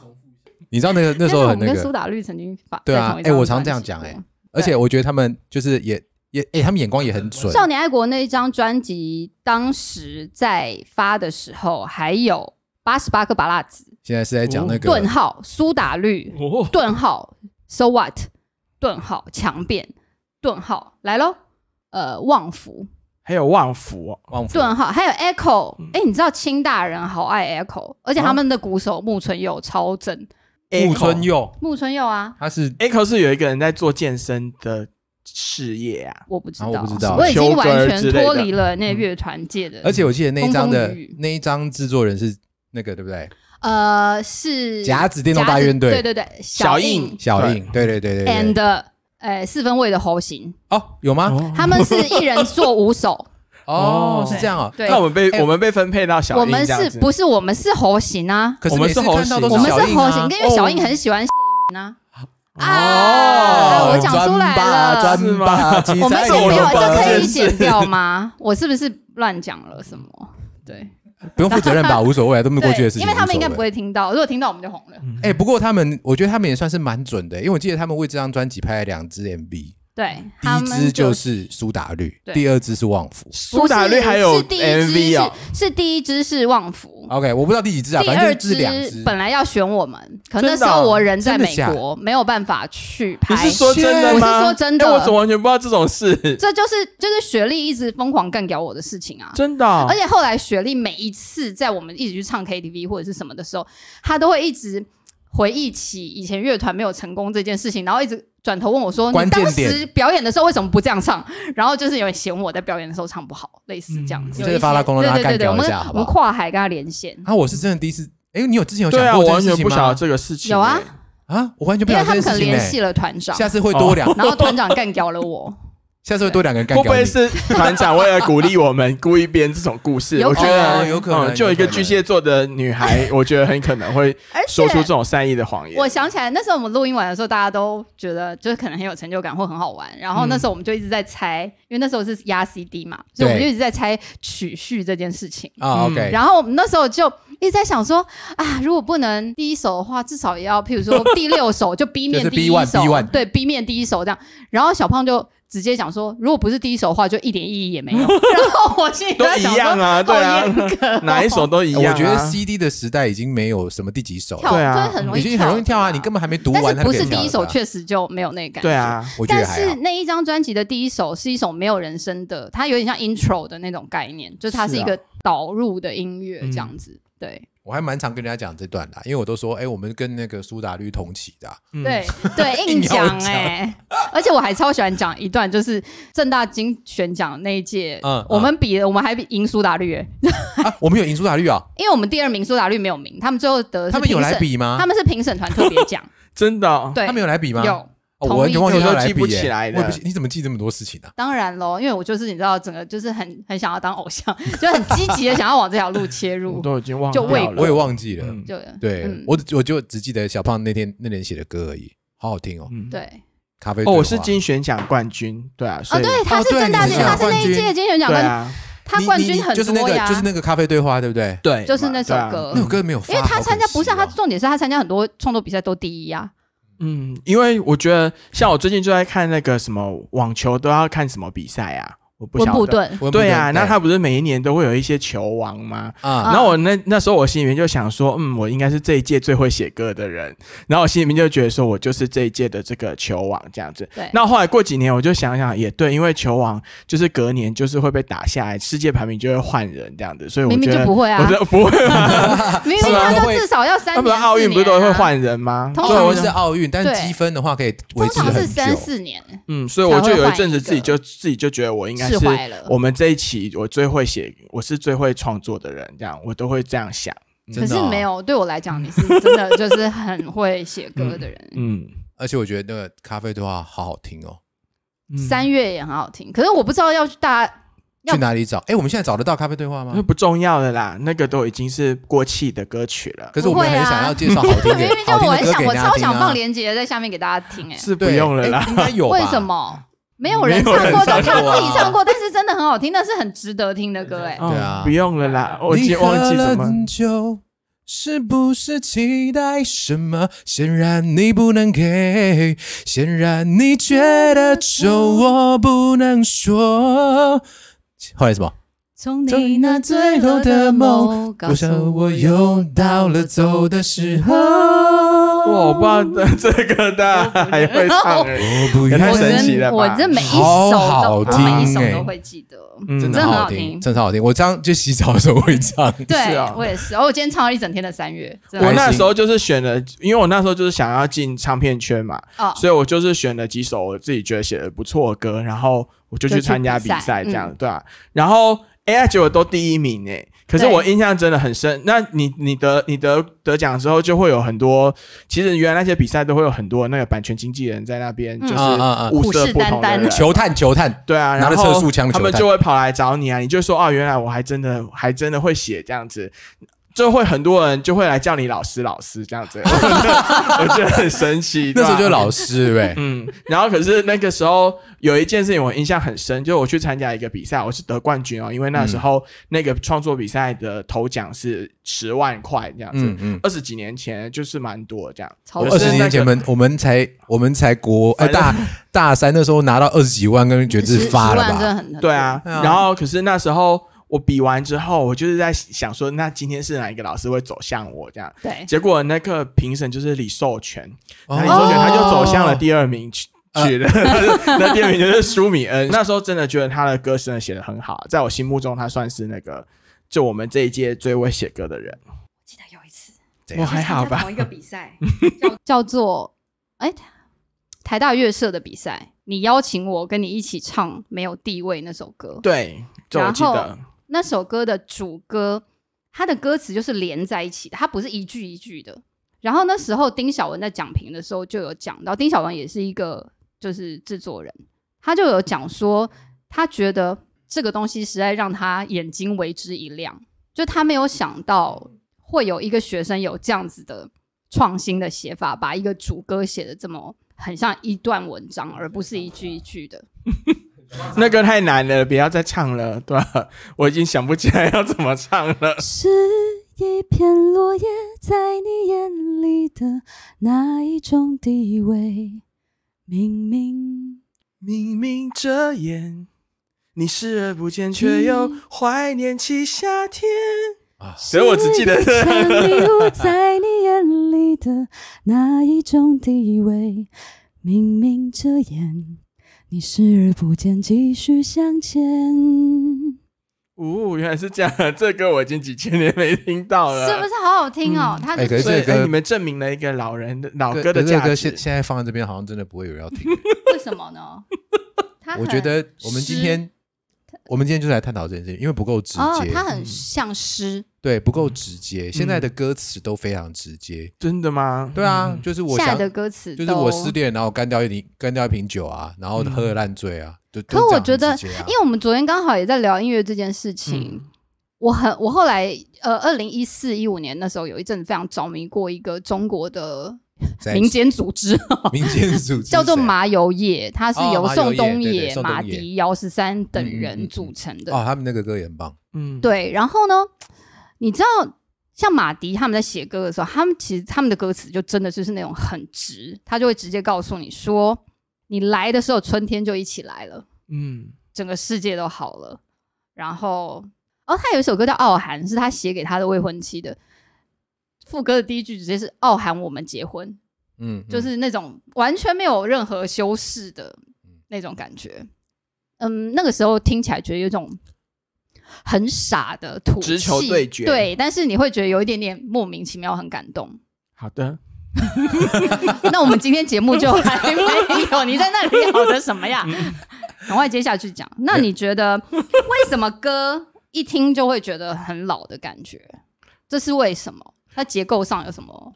Speaker 1: 你知道那个那时候
Speaker 2: 但是我
Speaker 1: 很
Speaker 2: 们
Speaker 1: 那
Speaker 2: 跟苏
Speaker 1: 个，
Speaker 2: 打绿曾经发
Speaker 1: 对啊
Speaker 2: 在同一张
Speaker 1: 哎我常这样
Speaker 2: 专辑
Speaker 1: 讲哎
Speaker 2: 过
Speaker 1: 而且我觉得他们就是也也哎、他们眼光也很准。
Speaker 2: 少年爱国那一张专辑，当时在发的时候还有八十八颗拔蜡子，
Speaker 1: 现在是在讲那个
Speaker 2: 顿号苏打绿，
Speaker 3: 哦，
Speaker 2: 顿号 So what，顿号强辩，顿号来喽，呃，旺福，
Speaker 3: 还有旺福、哦，
Speaker 1: 旺福，
Speaker 2: 顿号还有 Echo，哎、
Speaker 1: 嗯
Speaker 2: 你知道清大人好爱 Echo，而且
Speaker 1: 啊
Speaker 2: 他们的鼓手木村佑超正，
Speaker 1: 木村佑，
Speaker 2: 木村佑啊，
Speaker 1: 他是
Speaker 3: Echo 是有一个人在做健身的事业啊，
Speaker 2: 我不知
Speaker 1: 啊
Speaker 2: 道，
Speaker 1: 我不知道
Speaker 2: 我已经
Speaker 3: 秋歌
Speaker 2: 完全
Speaker 3: 之类的
Speaker 2: 脱离了那乐团界的，
Speaker 1: 而且我记得那一张的
Speaker 2: 风风雨雨
Speaker 1: 那一张制作人是那个对不对？
Speaker 2: 呃是
Speaker 1: 甲子电动大院
Speaker 2: 对
Speaker 1: 队
Speaker 2: 对对，
Speaker 3: 小印
Speaker 2: 印
Speaker 1: 小印，对对对对对。
Speaker 2: and 呃四分位的猴形，
Speaker 1: 哦，有吗？
Speaker 3: 哦
Speaker 2: 他们是一人做 五首，
Speaker 1: 哦
Speaker 3: 哦，
Speaker 1: 是这样哦。
Speaker 2: 对
Speaker 3: 那我们被、
Speaker 1: 哎
Speaker 3: 我们被分配到小
Speaker 2: 我
Speaker 3: 印这
Speaker 2: 们
Speaker 3: 样
Speaker 2: 是
Speaker 3: 子，
Speaker 2: 不是我们是猴形啊？
Speaker 1: 可是
Speaker 3: 我们
Speaker 1: 每次
Speaker 3: 是猴
Speaker 1: 看到都
Speaker 3: 形
Speaker 2: 我们是
Speaker 1: 小印
Speaker 2: 猴
Speaker 1: 啊
Speaker 2: 形，因为小印很喜欢谢云啊。啊，
Speaker 1: 哦，
Speaker 2: 我讲出来了，
Speaker 1: 专霸， 专霸
Speaker 2: 我们
Speaker 1: 集在
Speaker 2: 先不
Speaker 1: 一
Speaker 2: 要，
Speaker 1: 个
Speaker 2: 这可
Speaker 1: 真
Speaker 2: 以
Speaker 1: 是
Speaker 2: 剪掉吗？我是不是乱讲了什么？对，
Speaker 1: 不用负责任 吧，无所谓，啊，都没
Speaker 2: 对，
Speaker 1: 过去的事情，
Speaker 2: 因为他们应该
Speaker 1: 无
Speaker 2: 不
Speaker 1: 所谓。
Speaker 2: 会听到，如果听到我们就红了。
Speaker 1: 哎，不过他们，我觉得他们也算是蛮准的，因为我记得他们为这张专辑拍了两支 MV，第
Speaker 2: 对，他
Speaker 1: 一
Speaker 2: 们
Speaker 1: 支就是苏打绿，
Speaker 2: 对
Speaker 1: 第二支是旺福。
Speaker 3: 苏打绿还
Speaker 2: 不是
Speaker 3: 有
Speaker 2: 是第一
Speaker 3: MV
Speaker 2: 支
Speaker 3: 哦，
Speaker 2: 是是第一支是旺福。
Speaker 1: OK，我不知道第几支啊，
Speaker 2: 第
Speaker 1: 反正
Speaker 2: 二
Speaker 1: 就是两
Speaker 2: 支本来要选我们，可
Speaker 3: 真
Speaker 2: 那
Speaker 3: 的
Speaker 2: 时候
Speaker 3: 哦
Speaker 2: 我人在
Speaker 1: 真的
Speaker 2: 美
Speaker 1: 假的
Speaker 2: 国，没有办法去
Speaker 3: 你
Speaker 2: 拍。
Speaker 3: 是说真的
Speaker 2: 我
Speaker 3: 吗？
Speaker 2: 是说真的啊
Speaker 3: 哎我怎么完全不知道这种事？
Speaker 2: 这就是就是雪莉一直疯狂干掉我的事情啊！
Speaker 3: 真的哦、
Speaker 2: 而且后来雪莉每一次在我们一起去唱 KTV 或者是什么的时候，她都会一直回忆起以前乐团没有成功这件事情，然后一直转头问我说：“
Speaker 1: 关
Speaker 2: 你
Speaker 1: 键
Speaker 2: 当
Speaker 1: 点
Speaker 2: 时表演的时候为什么不这样唱？”然后就是有点嫌我在表演的时候唱不好，类似这样
Speaker 1: 嗯
Speaker 2: 子。
Speaker 1: 你
Speaker 2: 有
Speaker 1: 这
Speaker 2: 一
Speaker 1: 个发拉公
Speaker 2: 些
Speaker 1: 让她
Speaker 2: 对
Speaker 1: 干
Speaker 2: 对对对，
Speaker 1: 掉
Speaker 2: 我
Speaker 1: 一
Speaker 2: 们
Speaker 1: 下好不
Speaker 2: 我们
Speaker 1: 好
Speaker 2: 跨海跟她连 线，
Speaker 1: 啊，我是真的第一次，哎，你有之前有
Speaker 3: 对
Speaker 1: 讲
Speaker 3: 啊，
Speaker 1: 过
Speaker 3: 我
Speaker 1: 这
Speaker 3: 完
Speaker 1: 件事
Speaker 3: 全
Speaker 1: 情
Speaker 3: 不晓得
Speaker 1: 吗？
Speaker 3: 这个事情、
Speaker 2: 有啊
Speaker 3: 哎，
Speaker 1: 啊，我完全不
Speaker 2: 因
Speaker 1: 晓
Speaker 2: 为
Speaker 1: 得
Speaker 2: 他
Speaker 1: 这件事
Speaker 2: 们可能
Speaker 1: 情
Speaker 2: 联
Speaker 1: 欸
Speaker 2: 系了团长，
Speaker 1: 下次会多两，
Speaker 2: 然后团长干掉了 我，
Speaker 1: 下次会多两个人干
Speaker 3: 哦会
Speaker 1: 掉
Speaker 3: 不会
Speaker 1: 你。
Speaker 3: 是团长为了鼓励我们故意编这种故事？
Speaker 2: 有
Speaker 3: 我觉得、
Speaker 1: 哦有可能
Speaker 3: 嗯就一个
Speaker 1: 有可能
Speaker 3: 巨蟹座的女孩，我觉得很可能会
Speaker 2: 而且
Speaker 3: 说出这种善意的谎言。
Speaker 2: 我想起来，那时候我们录音完的时候，大家都觉得就是可能很有成就感或很好玩。然后那时候我们就一直在猜，因为那时候是压 CD 嘛，所以我们
Speaker 1: 对
Speaker 2: 就一直在猜曲序这件事情。
Speaker 1: 啊？OK，
Speaker 3: 嗯
Speaker 2: 然后我们那时候就一直在想说啊，如果不能第一首的话，至少也要譬如说第六首就 B 面
Speaker 1: 就是
Speaker 2: 第
Speaker 1: B
Speaker 2: 一
Speaker 1: one，
Speaker 2: 首
Speaker 1: B one
Speaker 2: 对 B 面第一首这样。然后小胖就直接讲说，如果不是第一首的话，就一点意义也没有。然后我心里就
Speaker 3: 都
Speaker 2: 在
Speaker 3: 一
Speaker 2: 想
Speaker 3: 样
Speaker 2: 说，
Speaker 3: 啊，对啊
Speaker 2: 好，严格哦
Speaker 3: 哪一首都一样、啊。
Speaker 1: 我觉得 CD 的时代已经没有什么第几首了
Speaker 2: 跳，
Speaker 3: 对啊
Speaker 2: 就是很容易，
Speaker 1: 已经很容易跳啊，你根本还没读
Speaker 2: 但
Speaker 1: 完，
Speaker 2: 是
Speaker 1: 它就可
Speaker 2: 不
Speaker 1: 以
Speaker 2: 是
Speaker 1: 跳
Speaker 2: 第一
Speaker 1: 了
Speaker 2: 首，
Speaker 1: 吧
Speaker 2: 确实就没有那个感觉。
Speaker 3: 对 啊，
Speaker 1: 啊我觉
Speaker 2: 但
Speaker 1: 得还
Speaker 2: 是
Speaker 1: 好。
Speaker 2: 那一张专辑的第一首是一首没有人声的，它有点像 intro 的那种概念，就是它
Speaker 3: 是
Speaker 2: 是一
Speaker 3: 啊
Speaker 2: 个导入的音乐
Speaker 1: 嗯
Speaker 2: 这样子。对
Speaker 1: 我还蛮常跟人家讲这段的，因为我都说，哎，我们跟那个苏打绿同期的啊，
Speaker 3: 嗯
Speaker 2: 对对，
Speaker 1: 硬
Speaker 2: 硬
Speaker 1: 要
Speaker 2: 讲哎、而且我还超喜欢讲一段，就是正大金选奖那一届，
Speaker 1: 嗯
Speaker 2: 我们比我们还比赢苏打绿、欸，
Speaker 1: 啊我们有赢苏打绿 啊，
Speaker 2: 因为我们第二名苏打绿没有名，他们最后得的是
Speaker 1: 他们有
Speaker 2: 评
Speaker 1: 来
Speaker 2: 审，
Speaker 1: 比吗
Speaker 2: 他？们是评审团特别奖，
Speaker 3: 真的哦、
Speaker 2: 对，
Speaker 1: 他们有来比吗？
Speaker 2: 有
Speaker 1: 哦
Speaker 2: 同
Speaker 1: 我完全
Speaker 2: 意
Speaker 1: 忘记
Speaker 3: 有时
Speaker 1: 他
Speaker 3: 候
Speaker 1: 来
Speaker 3: 记
Speaker 1: 比
Speaker 3: 不
Speaker 1: 耶
Speaker 3: 起来
Speaker 1: 我也不
Speaker 3: 的
Speaker 1: 记你怎么记这么多事情啊？
Speaker 2: 当然喽，因为我就是你知道，整个就是很很想要当偶像， 就很积极的想要往这条路切
Speaker 3: 我
Speaker 2: 入。
Speaker 3: 都已经忘
Speaker 2: 就
Speaker 3: 掉
Speaker 2: 喂
Speaker 3: 了，
Speaker 1: 我也忘记了。
Speaker 3: 嗯
Speaker 2: 就
Speaker 1: 对、
Speaker 2: 嗯
Speaker 1: 我只我就只记得小胖那天那年写的歌而已，好好听哦。
Speaker 3: 嗯，
Speaker 2: 对
Speaker 1: 咖啡
Speaker 3: 哦，
Speaker 1: 对
Speaker 3: 我
Speaker 1: 话
Speaker 3: 是金选奖冠军，对啊，所
Speaker 2: 哦，
Speaker 3: 以
Speaker 2: 对，他是
Speaker 1: 对
Speaker 2: 正
Speaker 1: 你
Speaker 2: 大
Speaker 1: 是
Speaker 2: 金，
Speaker 1: 这
Speaker 2: 他
Speaker 1: 样
Speaker 2: 是那一
Speaker 1: 冠军
Speaker 2: 届的金选奖
Speaker 3: 对
Speaker 2: 冠，
Speaker 3: 啊，
Speaker 2: 他
Speaker 1: 你
Speaker 2: 冠
Speaker 1: 你
Speaker 2: 军很
Speaker 1: 就是那
Speaker 2: 多
Speaker 1: 个
Speaker 2: 呀
Speaker 1: 就是，那个咖啡对话，对不对？
Speaker 3: 对，
Speaker 2: 就是那首
Speaker 3: 对啊
Speaker 2: 歌
Speaker 1: 那首歌没有发，
Speaker 2: 因为他参加不是啊
Speaker 1: 好可
Speaker 2: 他
Speaker 1: 惜哦
Speaker 2: 重点是他参加很多创作比赛都第一啊呀。
Speaker 3: 嗯，因为我觉得像我最近就在看那个什么网球都要看什么比赛啊，我不
Speaker 2: 温
Speaker 3: 晓
Speaker 2: 布
Speaker 3: 得。
Speaker 2: 顿，
Speaker 1: 我们
Speaker 3: 对
Speaker 1: 不能
Speaker 3: 啊，那他不是每一年都会有一些球王吗？
Speaker 1: 啊
Speaker 2: 啊
Speaker 3: 然后我那那时候我心里面就想说，嗯，我应该是这一届最会写歌的人。然后我心里面就觉得说，我就是这一届的这个球王这样子。
Speaker 2: 对
Speaker 3: 那后来过几年，我就想想也对，因为球王就是隔年就是会被打下来，世界排名就会换人这样子，所以我
Speaker 2: 明明
Speaker 3: 觉
Speaker 2: 就
Speaker 3: 得
Speaker 2: 不会啊
Speaker 3: 我觉，得不会吗？
Speaker 2: 明
Speaker 1: 他们
Speaker 2: 明他
Speaker 1: 都
Speaker 2: 都
Speaker 1: 会
Speaker 2: 至少要三
Speaker 3: 他
Speaker 2: 年，
Speaker 3: 们奥运不
Speaker 2: 四
Speaker 3: 是都
Speaker 2: 年
Speaker 3: 会
Speaker 2: 啊？
Speaker 3: 换人吗？
Speaker 2: 通
Speaker 3: 所以
Speaker 2: 常
Speaker 3: 我
Speaker 1: 奥
Speaker 3: 就
Speaker 1: 运是奥运，但
Speaker 2: 对
Speaker 1: 积分的话可以维
Speaker 2: 通
Speaker 1: 持
Speaker 2: 常
Speaker 1: 很
Speaker 2: 是
Speaker 1: 久。
Speaker 2: 三四年，
Speaker 3: 嗯，所以我
Speaker 2: 才
Speaker 3: 就
Speaker 2: 会
Speaker 3: 有一
Speaker 2: 换
Speaker 3: 阵
Speaker 2: 一
Speaker 3: 子自己
Speaker 2: 个
Speaker 3: 就自己就觉得我应该
Speaker 2: 释
Speaker 3: 是
Speaker 2: 怀了
Speaker 3: 我们这一期我最会写，我是最会创作的人，这样我都会这样想。
Speaker 2: 可
Speaker 1: 真的
Speaker 2: 是
Speaker 1: 哦
Speaker 2: 没，有，对我来讲，你是真的就是很会写歌的人。
Speaker 3: 嗯，
Speaker 1: 而且我觉得那个咖啡对话好好听哦。
Speaker 3: 嗯
Speaker 2: 三月也很好听，可是我不知道要去大家要
Speaker 1: 去哪里找？哎，我们现在找得到咖啡对话吗
Speaker 3: 那？不重要的啦，那个都已经是过气的歌曲了，
Speaker 1: 可是我们
Speaker 2: 不会
Speaker 1: 很
Speaker 2: 啊
Speaker 1: 想要介绍好听
Speaker 2: 明
Speaker 1: 给
Speaker 2: 明就
Speaker 1: 好听
Speaker 2: 我
Speaker 1: 的
Speaker 2: 很
Speaker 1: 歌
Speaker 2: 想，
Speaker 1: 给
Speaker 2: 我
Speaker 1: 大家
Speaker 2: 超
Speaker 1: 听
Speaker 2: 想
Speaker 1: 啊
Speaker 2: 放。链接在下面给大家听、哎，
Speaker 3: 是不
Speaker 1: 对
Speaker 3: 用了啦
Speaker 1: 哎。应该有吧
Speaker 2: 为什？么？没有人
Speaker 3: 没
Speaker 2: 唱
Speaker 3: 有人
Speaker 2: 过的，
Speaker 1: 唱
Speaker 2: 他
Speaker 1: 过啊
Speaker 2: 自己唱过，但是真的很好听，那是很值得听的歌、哎、
Speaker 3: 哦
Speaker 1: 对啊
Speaker 3: 不用了啦，我已
Speaker 1: 你
Speaker 3: 经
Speaker 1: 喝
Speaker 3: 忘
Speaker 1: 了
Speaker 3: 记怎么。
Speaker 1: 很久，是不是期待什么？显然你不能给，显然你觉
Speaker 2: 嗯
Speaker 1: 得就我不能说。后来什么？
Speaker 2: 从
Speaker 1: 你那最后的梦，我想我又到了走的时候。
Speaker 3: 哇，我
Speaker 1: 我
Speaker 3: 不知道这个 的还会唱而已，
Speaker 1: 不
Speaker 3: 也太
Speaker 2: 我
Speaker 1: 愿
Speaker 3: 神奇
Speaker 1: 意。
Speaker 3: 了吧
Speaker 2: 真我这每一首都，
Speaker 1: 好好
Speaker 2: 我每一
Speaker 1: 听
Speaker 2: 首
Speaker 1: 哎
Speaker 2: 都会记得。
Speaker 3: 嗯
Speaker 1: 真
Speaker 2: 真的
Speaker 1: 的
Speaker 2: 很
Speaker 1: 好
Speaker 2: 好听
Speaker 1: 听，真的好听。我这样就洗澡的时候会唱。
Speaker 2: 对、
Speaker 3: 是啊
Speaker 2: 我也是，哦，我今天唱了一整天的三月，真
Speaker 3: 嗯我
Speaker 2: 的
Speaker 3: 那时候就是选了，因为我那时候就是想要进唱片圈嘛，
Speaker 2: 哦，
Speaker 3: 所以我就是选了几首我自己觉得写的不错的歌，然后我就去参加比
Speaker 2: 就去比赛
Speaker 3: 赛，这嗯样、对吧、然后 AI 结果都第一名诶、可是
Speaker 2: 对
Speaker 3: 我印象真的很深。那你你得你得得奖之后，就会有很多，其实原来那些比赛都会有很多那个版权经纪人在那边，
Speaker 2: 嗯
Speaker 3: 就是
Speaker 1: 啊啊啊
Speaker 3: 物色不同的人
Speaker 2: 虎视眈眈。
Speaker 1: 球探，球探，
Speaker 3: 对啊，
Speaker 1: 拿着
Speaker 3: 然
Speaker 1: 测
Speaker 3: 后
Speaker 1: 速枪
Speaker 3: 他
Speaker 1: 球
Speaker 3: 们
Speaker 1: 探
Speaker 3: 就会跑来找你啊，你就说哦，原来我还真的还真的会写这样子，就会很多人就会来叫你老师老师这样子，我觉得 很神奇。
Speaker 1: 那时候
Speaker 3: 对
Speaker 1: 就
Speaker 3: 吧
Speaker 1: 老师，对不对？
Speaker 3: 嗯，然后可是那个时候有一件事情我印象很深，就是我去参加一个比赛，我是得冠军哦，因为那时
Speaker 1: 嗯
Speaker 3: 候那个创作比赛的头奖是十万块这样子
Speaker 1: 嗯，嗯。
Speaker 3: 二十、几年前就是蛮多这样。
Speaker 2: 超
Speaker 1: 二十年前，我们我们才我们才国哎大大三那时候拿到二十几万，跟觉得
Speaker 2: 十
Speaker 1: 是
Speaker 2: 十
Speaker 1: 发
Speaker 2: 万
Speaker 1: 了
Speaker 2: 真的
Speaker 1: 吧？
Speaker 2: 很很
Speaker 3: 对啊，
Speaker 1: 对啊
Speaker 3: 然后可是那时候我比完之后，我就是在想说，那今天是哪一个老师会走向我这样？
Speaker 2: 对，
Speaker 3: 结果那个评审就是李授权，
Speaker 1: 哦
Speaker 3: 那李授权他就走向了第二名去。去的， 那第二名就是舒米恩。呃那时候真的觉得他的歌真的写的很好，在我心目中他算是那个就我们这一届最会写歌的人。
Speaker 2: 记得有一次，
Speaker 1: 怎
Speaker 3: 我
Speaker 1: 样
Speaker 3: 还好吧，
Speaker 2: 一个比 赛叫叫做哎、台大乐社的比赛，你邀请我跟你一起唱《没有地位》那首歌。
Speaker 3: 对，这我记
Speaker 2: 然
Speaker 3: 得
Speaker 2: 后。那首歌的主歌，它的歌词就是连在一起的，它不是一句一句的。然后那时候丁小文在讲评的时候就有讲到，丁小文也是一个就是制作人，他就有讲说，他觉得这个东西实在让他眼睛为之一亮，就他没有想到会有一个学生有这样子的创新的写法，把一个主歌写的这么很像一段文章，而不是一句一句的。
Speaker 3: 那个太难了，不要再唱了，对吧、我已经想不起来要怎么唱了。
Speaker 4: 是一片落叶在你眼里的那一种地位？明明
Speaker 3: 明明遮掩，你视而不见，却又怀念起夏天。
Speaker 1: 啊
Speaker 3: 嗯所以我只记得
Speaker 4: 是一场迷雾在你眼里的那一种地位？明明遮掩，你视而不见，继续向前。
Speaker 3: 哦，原来是这样，这歌我已经几千年没听到了。
Speaker 2: 是不是好好听哦？他
Speaker 1: 哎可是
Speaker 3: 所以
Speaker 1: 这个
Speaker 3: 哎你们证明了一个老人的老
Speaker 1: 可
Speaker 3: 歌
Speaker 1: 可
Speaker 3: 的
Speaker 1: 是这
Speaker 3: 价
Speaker 1: 个
Speaker 3: 值
Speaker 1: 现。现在放在这 边好像真的不会有人要听。
Speaker 2: 为什么呢？他
Speaker 1: 我
Speaker 2: 很
Speaker 1: 觉得我们今天我们今天就是来探讨这件事情，因为不够直
Speaker 2: 哦，
Speaker 1: 接，
Speaker 2: 它很像诗，
Speaker 1: 对，不
Speaker 3: 嗯
Speaker 1: 够直接。现在的歌词都非常直接，
Speaker 3: 真的吗？
Speaker 1: 对啊
Speaker 3: 嗯，
Speaker 1: 就是我
Speaker 2: 现在
Speaker 1: 想，
Speaker 2: 的歌词
Speaker 1: 就是
Speaker 2: 都
Speaker 1: 我失恋，然后干掉一瓶干掉一瓶酒啊，然
Speaker 3: 嗯
Speaker 1: 后喝了烂醉啊，就
Speaker 2: 可我觉得
Speaker 1: 因
Speaker 2: 因为我们昨天刚好也在聊音乐这件事情，
Speaker 3: 嗯
Speaker 2: 我很我后来呃，二零一四一五年那时候有一阵子非常着迷过一个中国的民间组织，
Speaker 1: 民间组织
Speaker 2: 叫做
Speaker 1: 谁
Speaker 2: 麻油业，它是
Speaker 1: 哦
Speaker 2: 由
Speaker 1: 麻油
Speaker 2: 宋
Speaker 1: 业
Speaker 2: 冬
Speaker 1: 对对
Speaker 2: 野、
Speaker 1: 宋冬
Speaker 2: 马
Speaker 1: 野
Speaker 2: 迪、姚十三等
Speaker 1: 嗯嗯嗯
Speaker 2: 人
Speaker 1: 嗯
Speaker 2: 组成的。
Speaker 1: 哦，他们那个歌也很棒，
Speaker 3: 嗯，
Speaker 2: 对，然后呢，你知道，像马迪他们在写歌的时候，他们其实他们的歌词就真的就是那种很直，他就会直接告诉你说，你来的时候春天就一起来了，
Speaker 3: 嗯
Speaker 2: 整个世界都好了。然后，哦，他有一首歌叫《傲寒》，是他写给他的未婚妻的。副歌的第一句直接是“傲寒，我们结婚”，
Speaker 1: 嗯，
Speaker 2: 就
Speaker 1: 嗯
Speaker 2: 是那种完全没有任何修饰的那种感觉。嗯，那个时候听起来觉得有一种很傻的土
Speaker 3: 直球
Speaker 2: 气
Speaker 3: 对决
Speaker 2: 对，但是你会觉得有一点点莫名其妙，很感动。
Speaker 3: 好的，
Speaker 2: 那我们今天节目就还没有，你在那里好的什么呀？赶快接下去讲。那你觉得为什么歌一听就会觉得很老的感觉？这是为什么？它结构上有什么？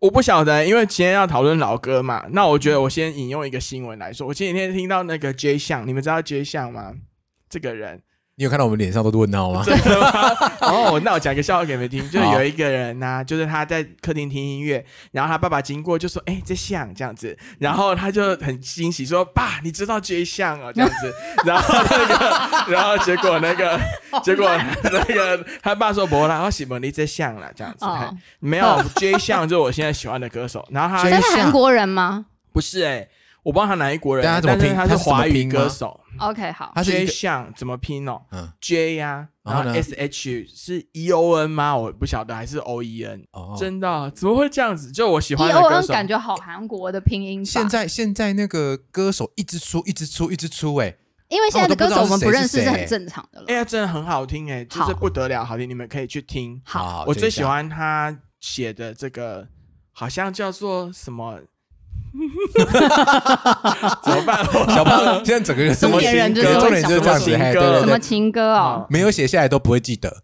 Speaker 3: 我不晓得，因为今天要讨论老歌嘛，那我觉得我先引用一个新闻来说，我前几天听到那个 J 项，你们知道 J 项吗？这个人，
Speaker 1: 你有看到我们脸上都是问号吗？
Speaker 3: 真的吗？ 哦，那我讲个笑话给你们听，就是有一个人呐、就是他在客厅听音乐，然后他爸爸经过就说：“哎、这像这样子。”然后他就很惊喜说：“爸，你知道 J 像哦，这样子。” 然后那个，然 后结果那 个，结果那个他爸说：“不啦，我喜欢你这像啦，这样子。
Speaker 2: 哦
Speaker 3: 没有 J 像就是我现在喜欢的歌手，然后他
Speaker 2: 这
Speaker 1: J
Speaker 2: 是韩国人吗
Speaker 3: 不是哎、我不知道他哪一国人、
Speaker 1: 对他
Speaker 3: 欸，
Speaker 1: 怎么
Speaker 3: 但是
Speaker 1: 拼
Speaker 3: 他
Speaker 1: 他
Speaker 3: 是
Speaker 1: 是怎么
Speaker 3: 华语
Speaker 1: 拼吗
Speaker 3: 歌手。
Speaker 2: ？OK，好，
Speaker 1: 他是一
Speaker 3: J
Speaker 1: 个
Speaker 3: 像怎么拼哦？
Speaker 1: 嗯
Speaker 3: J 呀、
Speaker 1: 然
Speaker 3: 然
Speaker 1: 后
Speaker 3: 后
Speaker 1: 呢
Speaker 3: S H 是 E O N 吗？我不晓得，还是 O E N？、
Speaker 1: 哦，
Speaker 3: 真的哦、怎么会这样子？就我喜
Speaker 2: E
Speaker 3: 欢的
Speaker 2: O
Speaker 3: 歌
Speaker 2: N
Speaker 3: 手，
Speaker 2: 感觉好韩国的拼音吧
Speaker 1: 现在现在那个歌手一直出一直出一直出，哎，
Speaker 2: 因为现在的歌手我们不认识
Speaker 1: 那我都不知
Speaker 2: 是
Speaker 1: 道是谁
Speaker 2: 很正常的
Speaker 3: 哎、
Speaker 2: 了。
Speaker 3: 呀，真的很好听哎、就是
Speaker 2: 好
Speaker 3: 不得了，好听，你们可以去听。
Speaker 2: 好，
Speaker 1: 好
Speaker 3: 我最喜，欢他写的这个，好像叫做什么？
Speaker 1: 这一项
Speaker 3: 怎么办？
Speaker 1: 小 胖现在整个人
Speaker 2: 重点人就是
Speaker 1: 对
Speaker 2: 会
Speaker 1: 重点就是这样子，
Speaker 2: 想
Speaker 1: 嘿
Speaker 3: 什
Speaker 1: 对
Speaker 3: 么情歌
Speaker 2: 什
Speaker 1: 对
Speaker 2: 么
Speaker 1: 对，
Speaker 2: 情歌哦？
Speaker 1: 没有写下来都不会记得。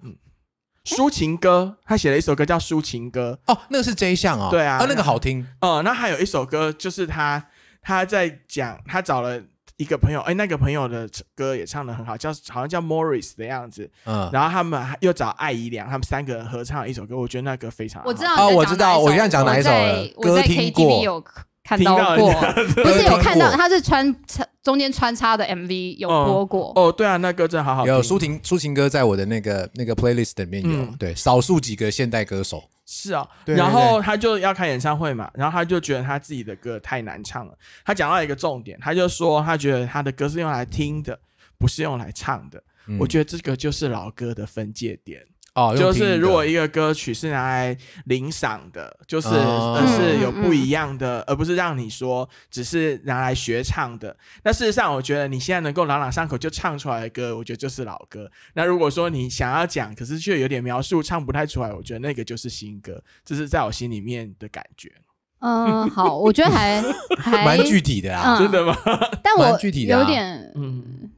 Speaker 3: 抒情歌，他写了一首歌叫《抒情歌》，
Speaker 1: 哦，那个是 J 项哦，
Speaker 3: 对啊
Speaker 1: 那个好听，
Speaker 3: 哦，那还有一首歌，就是他他在讲，他找了一个朋友，哎，那个朋友的歌也唱的很好，叫好像叫 Morris 的样子。
Speaker 1: 嗯，
Speaker 3: 然后他们还又找艾怡良，他们三个人合唱了一首歌，我觉得那个非常好
Speaker 2: 我知
Speaker 1: 哦
Speaker 2: 道你
Speaker 1: 我
Speaker 2: 在
Speaker 1: 知道
Speaker 2: 讲哪
Speaker 1: 我
Speaker 2: 一首
Speaker 1: 现在讲哪一首了
Speaker 2: 我在我在
Speaker 1: 歌听过
Speaker 2: KTV 有看
Speaker 3: 听到
Speaker 2: 过
Speaker 3: 人，
Speaker 2: 不是有看
Speaker 1: 歌听
Speaker 2: 到
Speaker 1: 过
Speaker 2: 他是穿插中间穿插的 MV 有播过。
Speaker 3: 哦，对啊，那歌真的好好听。
Speaker 1: 有抒情抒情歌在我的那个那个 playlist 里面有
Speaker 3: 嗯，
Speaker 1: 对，少数几个现代歌手，
Speaker 3: 是啊、
Speaker 1: 对
Speaker 3: 然
Speaker 1: 对
Speaker 3: 后他就要开演唱会嘛，然后他就觉得他自己的歌太难唱了。他讲到一个重点，他就说他觉得他的歌是用来听的，不是用来唱的。
Speaker 1: 嗯
Speaker 3: 我觉得这个就是老歌的分界点。
Speaker 1: 哦，用
Speaker 3: 就
Speaker 1: 听
Speaker 3: 是
Speaker 1: 的
Speaker 3: 如果一个歌曲是拿来领赏的，就是、
Speaker 1: 哦
Speaker 3: 呃是有
Speaker 2: 嗯嗯
Speaker 3: 不一样的，呃而不是让你说只是拿来学唱的。那事实上，我觉得你现在能够朗朗上口就唱出来的歌，我觉得就是老歌。那如果说你想要讲，可是却有点描述唱不太出来，我觉得那个就是新歌，这是在我心里面的感觉。
Speaker 2: 嗯，好，我觉得 还还
Speaker 1: 蛮，具体的啊，
Speaker 2: 嗯
Speaker 3: 真的吗？
Speaker 2: 但我
Speaker 1: 蛮具体的啊
Speaker 2: 有点
Speaker 3: 嗯，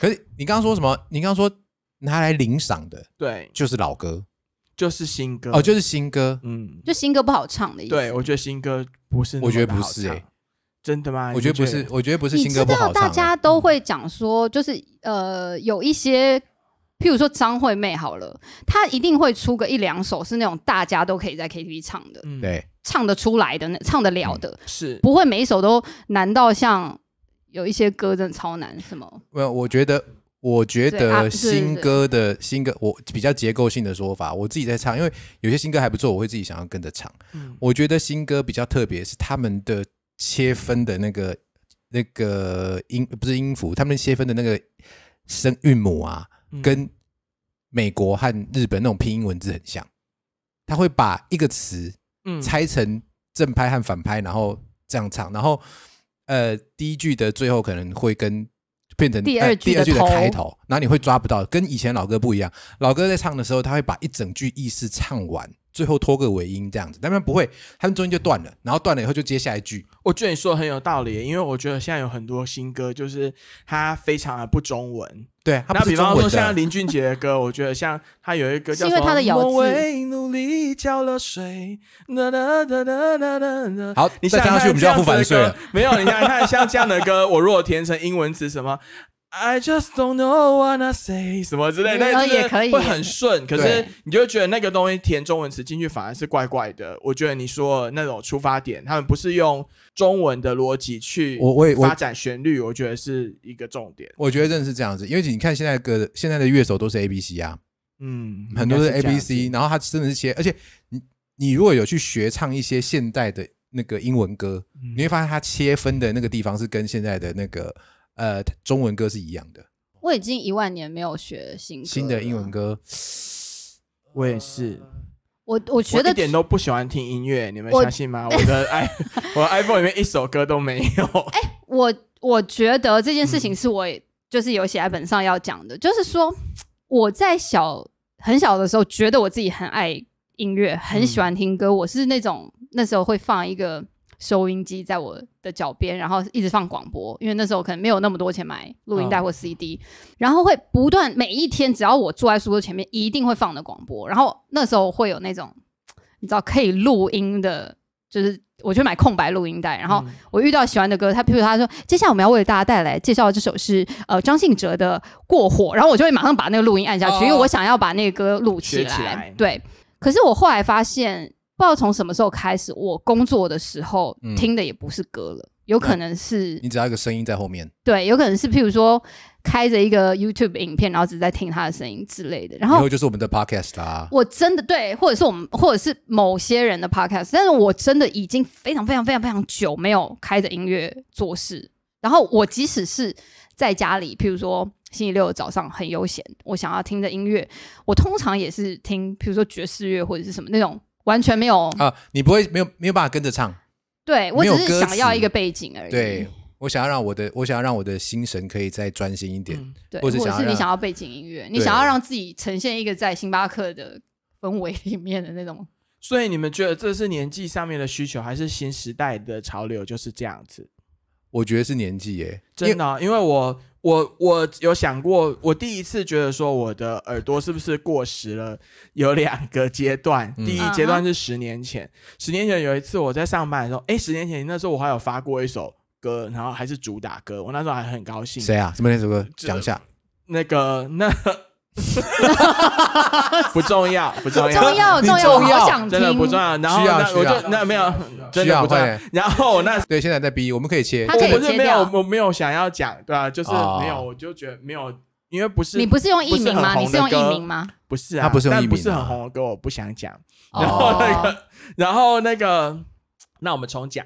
Speaker 1: 可是你刚刚说什么？你刚刚说拿来领赏的
Speaker 3: 对，
Speaker 1: 就是老歌
Speaker 3: 就是新歌。
Speaker 1: 哦，就是新歌，
Speaker 3: 嗯，
Speaker 2: 就新歌不好唱的意思。
Speaker 3: 对，我觉得新歌不是那么
Speaker 1: 我觉得
Speaker 3: 的
Speaker 1: 不
Speaker 3: 好
Speaker 1: 是
Speaker 3: 唱
Speaker 1: 欸
Speaker 3: 真的吗？
Speaker 1: 我觉得
Speaker 3: 你
Speaker 1: 不是，我觉得不是
Speaker 2: 你
Speaker 1: 新歌
Speaker 2: 知
Speaker 1: 不
Speaker 2: 道
Speaker 1: 好
Speaker 2: 大
Speaker 1: 唱啊，
Speaker 2: 家都会讲说，就是呃，有一些，譬如说张惠妹好了，她一定会出个一两首是那种大家都可以在 KTV 唱的，
Speaker 3: 嗯，
Speaker 1: 对，
Speaker 2: 唱得出来的，那唱得了
Speaker 1: 嗯
Speaker 2: 的，
Speaker 3: 是
Speaker 2: 不会每一首都难到像有一些歌真的超难，什么
Speaker 1: 我我觉得。我觉
Speaker 2: 对啊
Speaker 1: 得
Speaker 2: 对
Speaker 1: 新
Speaker 2: 对
Speaker 1: 歌的新歌，我比较结构性的说法，我自己在唱，因为有些新歌还不错，我会自己想要跟着唱。
Speaker 3: 嗯
Speaker 1: 我觉得新歌比较特别，是他们的切分的那个那个音不是音符，他们切分的那个声韵母啊，
Speaker 3: 嗯
Speaker 1: 跟美国和日本那种拼音文字很像。他会把一个词
Speaker 3: 嗯
Speaker 1: 拆成正拍和反拍，然后这样唱，然后呃第一句的最后可能会跟变成
Speaker 2: 第
Speaker 1: 呃
Speaker 2: 二句
Speaker 1: 第二
Speaker 2: 的
Speaker 1: 句的
Speaker 2: 头
Speaker 1: 开头，然后你会抓不到，跟以前老歌不一样。老歌在唱的时候，他会把一整句意思唱完，最后拖个尾音这样子，但他们不会，他们中间就断了，然后断了以后就接下一句，
Speaker 3: 我觉得你说的很有道理，因为我觉得现在有很多新歌，就是它非常的不中文。
Speaker 1: 对，它
Speaker 3: 那
Speaker 1: 不
Speaker 3: 比
Speaker 1: 是中
Speaker 3: 方
Speaker 1: 文的
Speaker 3: 说像林俊杰的歌，我觉得像他有一个
Speaker 2: 是
Speaker 3: 叫
Speaker 2: 因为
Speaker 3: 什么
Speaker 2: 他的咬字
Speaker 3: 我为努力浇了水，哒哒哒哒哒哒哒
Speaker 1: 好，
Speaker 3: 你
Speaker 1: 再
Speaker 3: 想
Speaker 1: 加上去我们就要付
Speaker 3: 凡
Speaker 1: 版税了。。
Speaker 3: 没有，你想想看，像这样 的歌，我如果填成英文词什么，I just don't know what I say 什么之类，
Speaker 2: 嗯
Speaker 3: 那就是
Speaker 2: 也可以
Speaker 3: 会很顺。可是
Speaker 1: 对
Speaker 3: 你就会觉得那个东西填中文词进去反而是怪怪的。我觉得你说的那种出发点，他们不是用中文的逻辑去
Speaker 1: 我我也我
Speaker 3: 发展旋律，我觉得是一个重点。
Speaker 1: 我觉得真的是这样子，因为你看现在的歌，现在的乐手都是 A B C 啊，
Speaker 3: 嗯，
Speaker 1: 很多是
Speaker 3: 应
Speaker 1: A B
Speaker 3: 该这样
Speaker 1: C，
Speaker 3: 子
Speaker 1: 然后他真的是切，而且你你如果有去学唱一些现代的那个英文歌，
Speaker 3: 嗯
Speaker 1: 你会发现它切分的那个地方是跟现在的那个呃中文歌是一样的，
Speaker 2: 我已经一万年没有学新歌
Speaker 1: 新的英文
Speaker 2: 了，
Speaker 1: 歌。
Speaker 3: 我也是，
Speaker 2: 我我觉
Speaker 3: 我
Speaker 2: 得
Speaker 3: 一点都不喜欢听音乐，你们
Speaker 2: 我
Speaker 3: 相信吗？我的 i 我的 iPhone 里面一首歌都没有。
Speaker 2: 哎我我觉得这件事情是我也就是有写在本上要讲的，就是说我在小很小的时候，觉得我自己很爱音乐，很喜欢听歌，我是那种那时候会放一个。收音机在我的脚边，然后一直放广播，因为那时候可能没有那么多钱买录音带
Speaker 3: 哦
Speaker 2: 或 CD，、然后会不断每一天，只要我坐在书桌前面，一定会放的广播。然后那时候会有那种你知道可以录音的，就是我去买空白录音带，然后
Speaker 3: 嗯
Speaker 2: 我遇到喜欢的歌，他譬如他说，接下来我们要为大家带来介绍的这首是呃张信哲的《过火》，然后我就会马上把那个录音按下去，
Speaker 1: 哦
Speaker 2: 因为我想要把那个歌录起
Speaker 3: 学
Speaker 2: 来。
Speaker 3: 起来
Speaker 2: 对，可是我后来发现，不知道从什么时候开始，我工作的时候、
Speaker 1: 嗯
Speaker 2: 听的也不是歌了，有可能是
Speaker 3: 嗯
Speaker 1: 你只要一个声音在后面，
Speaker 2: 对，有可能是譬如说开着一个 YouTube 影片，然后只在听他的声音之类的，然
Speaker 1: 以
Speaker 2: 后
Speaker 1: 后就是我们的 podcast 啦。
Speaker 2: 我真的对，或者是我们，或者是某些人的 podcast，但是我真的已经非常非常非常非常久没有开着音乐做事。然后我即使是在家里，譬如说星期六的早上很悠闲，我想要听着音乐，我通常也是听，譬如说爵士乐或者是什么那种完全没有，
Speaker 1: 啊，你不会没有没有办法跟着唱。
Speaker 2: 对我
Speaker 1: 没
Speaker 2: 只
Speaker 1: 有
Speaker 2: 是
Speaker 1: 歌
Speaker 2: 想要
Speaker 1: 词
Speaker 2: 一个背景而已。
Speaker 1: 对我想要让我的我想要让我的心神可以再专心一点。
Speaker 3: 嗯
Speaker 2: 对，
Speaker 1: 或
Speaker 2: 或
Speaker 1: 者
Speaker 2: 者
Speaker 1: 想要
Speaker 2: 是你
Speaker 1: 让
Speaker 2: 想要背景音乐，你
Speaker 1: 对
Speaker 2: 想要让自己呈现一个在星巴克的氛围里面的那种
Speaker 3: 所以你们觉得这是年纪上面的需求，还是新时代的潮流就是这样子？
Speaker 1: 我觉得是年纪耶，
Speaker 3: 真的啊、因为我我我有想过，我第一次觉得说我的耳朵是不是过时了，有两个阶段。
Speaker 1: 嗯
Speaker 3: 第一阶段是十年前，十年前有一次我在上班的时候，哎，十年前那时候我还有发过一首歌，然后还是主打歌，我那时候还很高兴。
Speaker 1: 谁啊？什么那首歌？
Speaker 3: 这
Speaker 1: 讲一下。
Speaker 3: 那个 那不重要，不重要，
Speaker 2: 重要
Speaker 1: 你
Speaker 2: 重要，我
Speaker 1: 重
Speaker 2: 好
Speaker 1: 要
Speaker 2: 想听，
Speaker 3: 真的不重要。然后
Speaker 1: 需要
Speaker 3: 那
Speaker 1: 需
Speaker 3: 我
Speaker 1: 要
Speaker 3: 就那没有，真
Speaker 1: 需
Speaker 3: 的
Speaker 1: 要
Speaker 3: 不重要
Speaker 1: 会。
Speaker 3: 然后我那
Speaker 1: 对，现在在逼，我们可以切
Speaker 2: 他。可以
Speaker 3: 我不是
Speaker 2: 切
Speaker 3: 没
Speaker 2: 掉
Speaker 3: 有，我没有想要讲，对吧、就是没有，
Speaker 1: 哦
Speaker 3: 我就觉得没有，因为不是
Speaker 2: 你不是用艺
Speaker 3: 不是
Speaker 2: 名
Speaker 3: 很
Speaker 2: 吗？你
Speaker 3: 红
Speaker 2: 是
Speaker 3: 的
Speaker 2: 用艺
Speaker 3: 歌
Speaker 2: 名吗？
Speaker 3: 不是啊，
Speaker 1: 他不是用艺
Speaker 3: 但
Speaker 1: 名
Speaker 3: 不是
Speaker 1: 啊
Speaker 3: 很红的歌，我不想讲。
Speaker 2: 哦
Speaker 3: 然后那个， 然后那个，那我们重讲。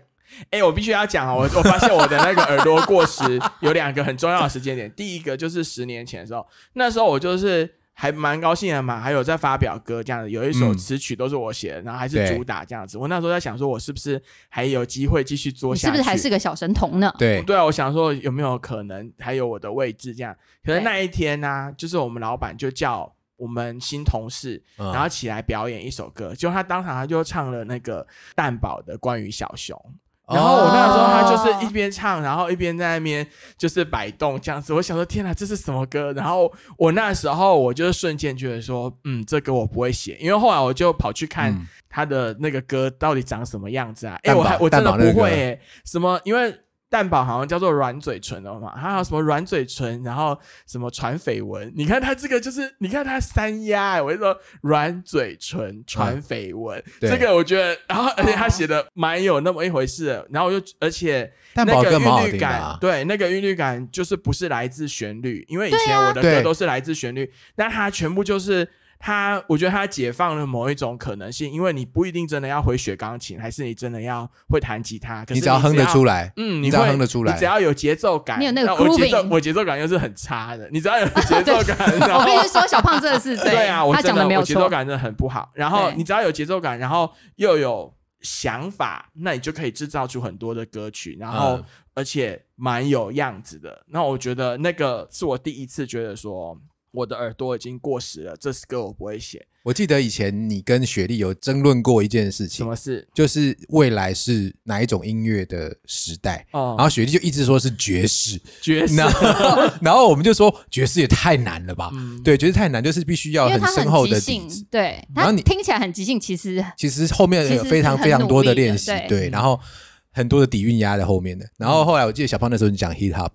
Speaker 3: 哎，我必须要讲哦，我我发现我的那个耳朵过时有两个很重要的时间点，第一个就是十年前的时候，那时候我就是还蛮高兴的嘛，还有在发表歌这样子，有一首
Speaker 1: 嗯
Speaker 3: 词曲都是我写的，然后还是
Speaker 1: 对
Speaker 3: 主打这样子。我那时候在想说，我是不是还有机会继续做
Speaker 2: 你
Speaker 3: 下
Speaker 2: 是
Speaker 3: 去？
Speaker 2: 不是还是个小神童呢？
Speaker 1: 对，
Speaker 3: 对啊，我想说有没有可能还有我的位置这样？可是那一天呢、就是我们老板就叫我们新同事，
Speaker 1: 嗯
Speaker 3: 然后起来表演一首歌，结果他当场他就唱了那个蛋堡的《关于小熊》。
Speaker 1: 哦
Speaker 3: 然后我那时候他就是一边唱，然后一边在那边就是摆动这样子。我想说，天哪，这是什么歌？然后我那时候我就瞬间觉得说，嗯，这歌我不会写，因为后来我就跑去看
Speaker 1: 嗯
Speaker 3: 他的那个歌到底长什么样子啊？哎、
Speaker 1: 蛋堡
Speaker 3: 我还我真的
Speaker 1: 蛋堡那个
Speaker 3: 不会、欸，什么？因为蛋堡好像叫做软嘴唇的嘛，还有什么软嘴唇，然后什么传绯闻？你看他这个就是，你看他三压、欸，我就说软嘴唇传绯闻，
Speaker 1: 嗯对
Speaker 3: 这个我觉得，然后而且他写的蛮有那么一回事的，然后我就而且
Speaker 1: 蛋
Speaker 3: 那
Speaker 1: 堡
Speaker 3: 个
Speaker 1: 歌蛮好
Speaker 3: 韵律
Speaker 1: 听的
Speaker 3: 感，
Speaker 1: 啊。
Speaker 3: 对，那个韵律感就是不是来自旋律，因为以前我的
Speaker 1: 对啊
Speaker 3: 歌都是来自旋律，但它全部就是它，我觉得它解放了某一种可能性，因为你不一定真的要会学钢琴，还是你真的要会弹吉他，可是
Speaker 1: 你只要哼得出来，
Speaker 3: 嗯，
Speaker 1: 你
Speaker 3: 你
Speaker 1: 只要
Speaker 3: 会
Speaker 1: 哼得出来
Speaker 3: 你只要有节奏感，
Speaker 2: 你有那个
Speaker 3: 我节奏
Speaker 2: grooving
Speaker 3: 我节奏感又是很差的，你只 要有节奏感，然
Speaker 2: 我
Speaker 3: 后
Speaker 2: 必须说，小胖真的 是
Speaker 3: 对啊，我
Speaker 2: 他
Speaker 3: 真
Speaker 2: 讲得
Speaker 3: 的
Speaker 2: 没
Speaker 3: 我
Speaker 2: 有
Speaker 3: 节奏
Speaker 2: 错。
Speaker 3: 感真的很不好。然后
Speaker 2: 对
Speaker 3: 你只要有节奏感，然后又有想法，那你就可以制造出很多的歌曲，然后、
Speaker 1: 嗯
Speaker 3: 而且蛮有样子的。那我觉得那个是我第一次觉得说我的耳朵已经过时了，这首歌我不会写。
Speaker 1: 我记得以前你跟雪莉有争论过一件事
Speaker 3: 什
Speaker 1: 情，
Speaker 3: 么事？
Speaker 1: 就是未来是哪一种音乐的时代。
Speaker 3: 哦
Speaker 1: 然后雪莉就一直说是爵士，
Speaker 3: 爵士
Speaker 1: 然后 然后我们就说爵士也太难了吧？
Speaker 3: 嗯
Speaker 1: 对，爵士太难，就是必须要
Speaker 2: 因
Speaker 1: 很
Speaker 2: 为它
Speaker 1: 深厚
Speaker 2: 很即
Speaker 1: 的底子
Speaker 2: 兴。，对，
Speaker 1: 然后
Speaker 2: 它
Speaker 1: 你
Speaker 2: 听起来很即兴，其实
Speaker 1: 其实后面
Speaker 2: 其
Speaker 1: 有
Speaker 2: 实
Speaker 1: 非常
Speaker 2: 是很
Speaker 1: 非常多的练习
Speaker 2: 努力，的对
Speaker 1: 对，然后很多的底蕴压在后面的。然后后来我记得小胖那时候你讲 hip hop，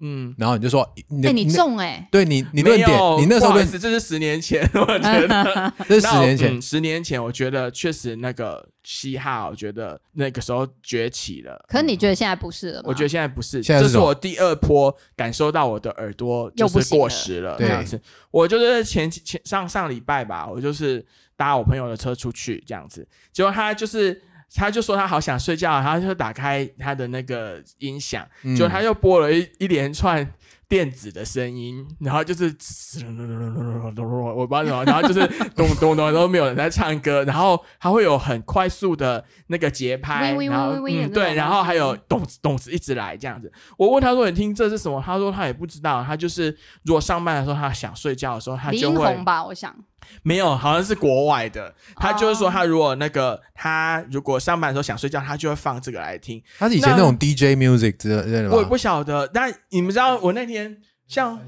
Speaker 3: 嗯，
Speaker 1: 然后你就说你
Speaker 2: 哎、
Speaker 1: 的
Speaker 2: 你
Speaker 1: 的
Speaker 2: 中哎、
Speaker 1: 对你你论点
Speaker 3: 没有，
Speaker 1: 你那时候
Speaker 3: 不好意
Speaker 1: 论
Speaker 3: 思这是十年前， 我觉得。
Speaker 1: 这 是十年前
Speaker 3: 那我，嗯十年前，我觉得确实那个嘻哈，我觉得那个时候崛起了。嗯
Speaker 2: 可是你觉得现在不是了吗？
Speaker 3: 我觉得现在不是，
Speaker 1: 现在是
Speaker 3: 这是
Speaker 1: 什么
Speaker 3: 我第二波感受到我的耳朵就
Speaker 2: 又不
Speaker 3: 是
Speaker 2: 行
Speaker 3: 过
Speaker 2: 了
Speaker 3: 时了。
Speaker 1: 对
Speaker 3: 这样子，我就是前几前上上礼拜吧，我就是搭我朋友的车出去这样子，结果他就是。他就说他好想睡觉，他就打开他的那个音响，
Speaker 1: 嗯
Speaker 3: 结果他又播了一一连串电子的声音，然后就是我不知道什么，然后就是咚咚咚都没有人在唱歌，然后还会有很快速的那个节拍，
Speaker 2: 喂喂
Speaker 3: 然后
Speaker 2: 喂喂喂有
Speaker 3: 嗯
Speaker 2: 那种
Speaker 3: 对，然后还有咚子咚子一直来这样子。我问他说你听这是什么？他说他也不知道，他就是如果上班的时候他想睡觉的时候，他
Speaker 2: 李
Speaker 3: 就
Speaker 2: 英
Speaker 3: 会
Speaker 2: 红吧，我想
Speaker 3: 没有，好像是国外的。他就是说
Speaker 2: 哦
Speaker 3: 他如果那个他如果上班的时候想睡觉，他就会放这个来听。
Speaker 1: 他是以前
Speaker 3: 那
Speaker 1: 那种 DJ music 之类的吗？
Speaker 3: 我也不晓得，但你们知道我那天像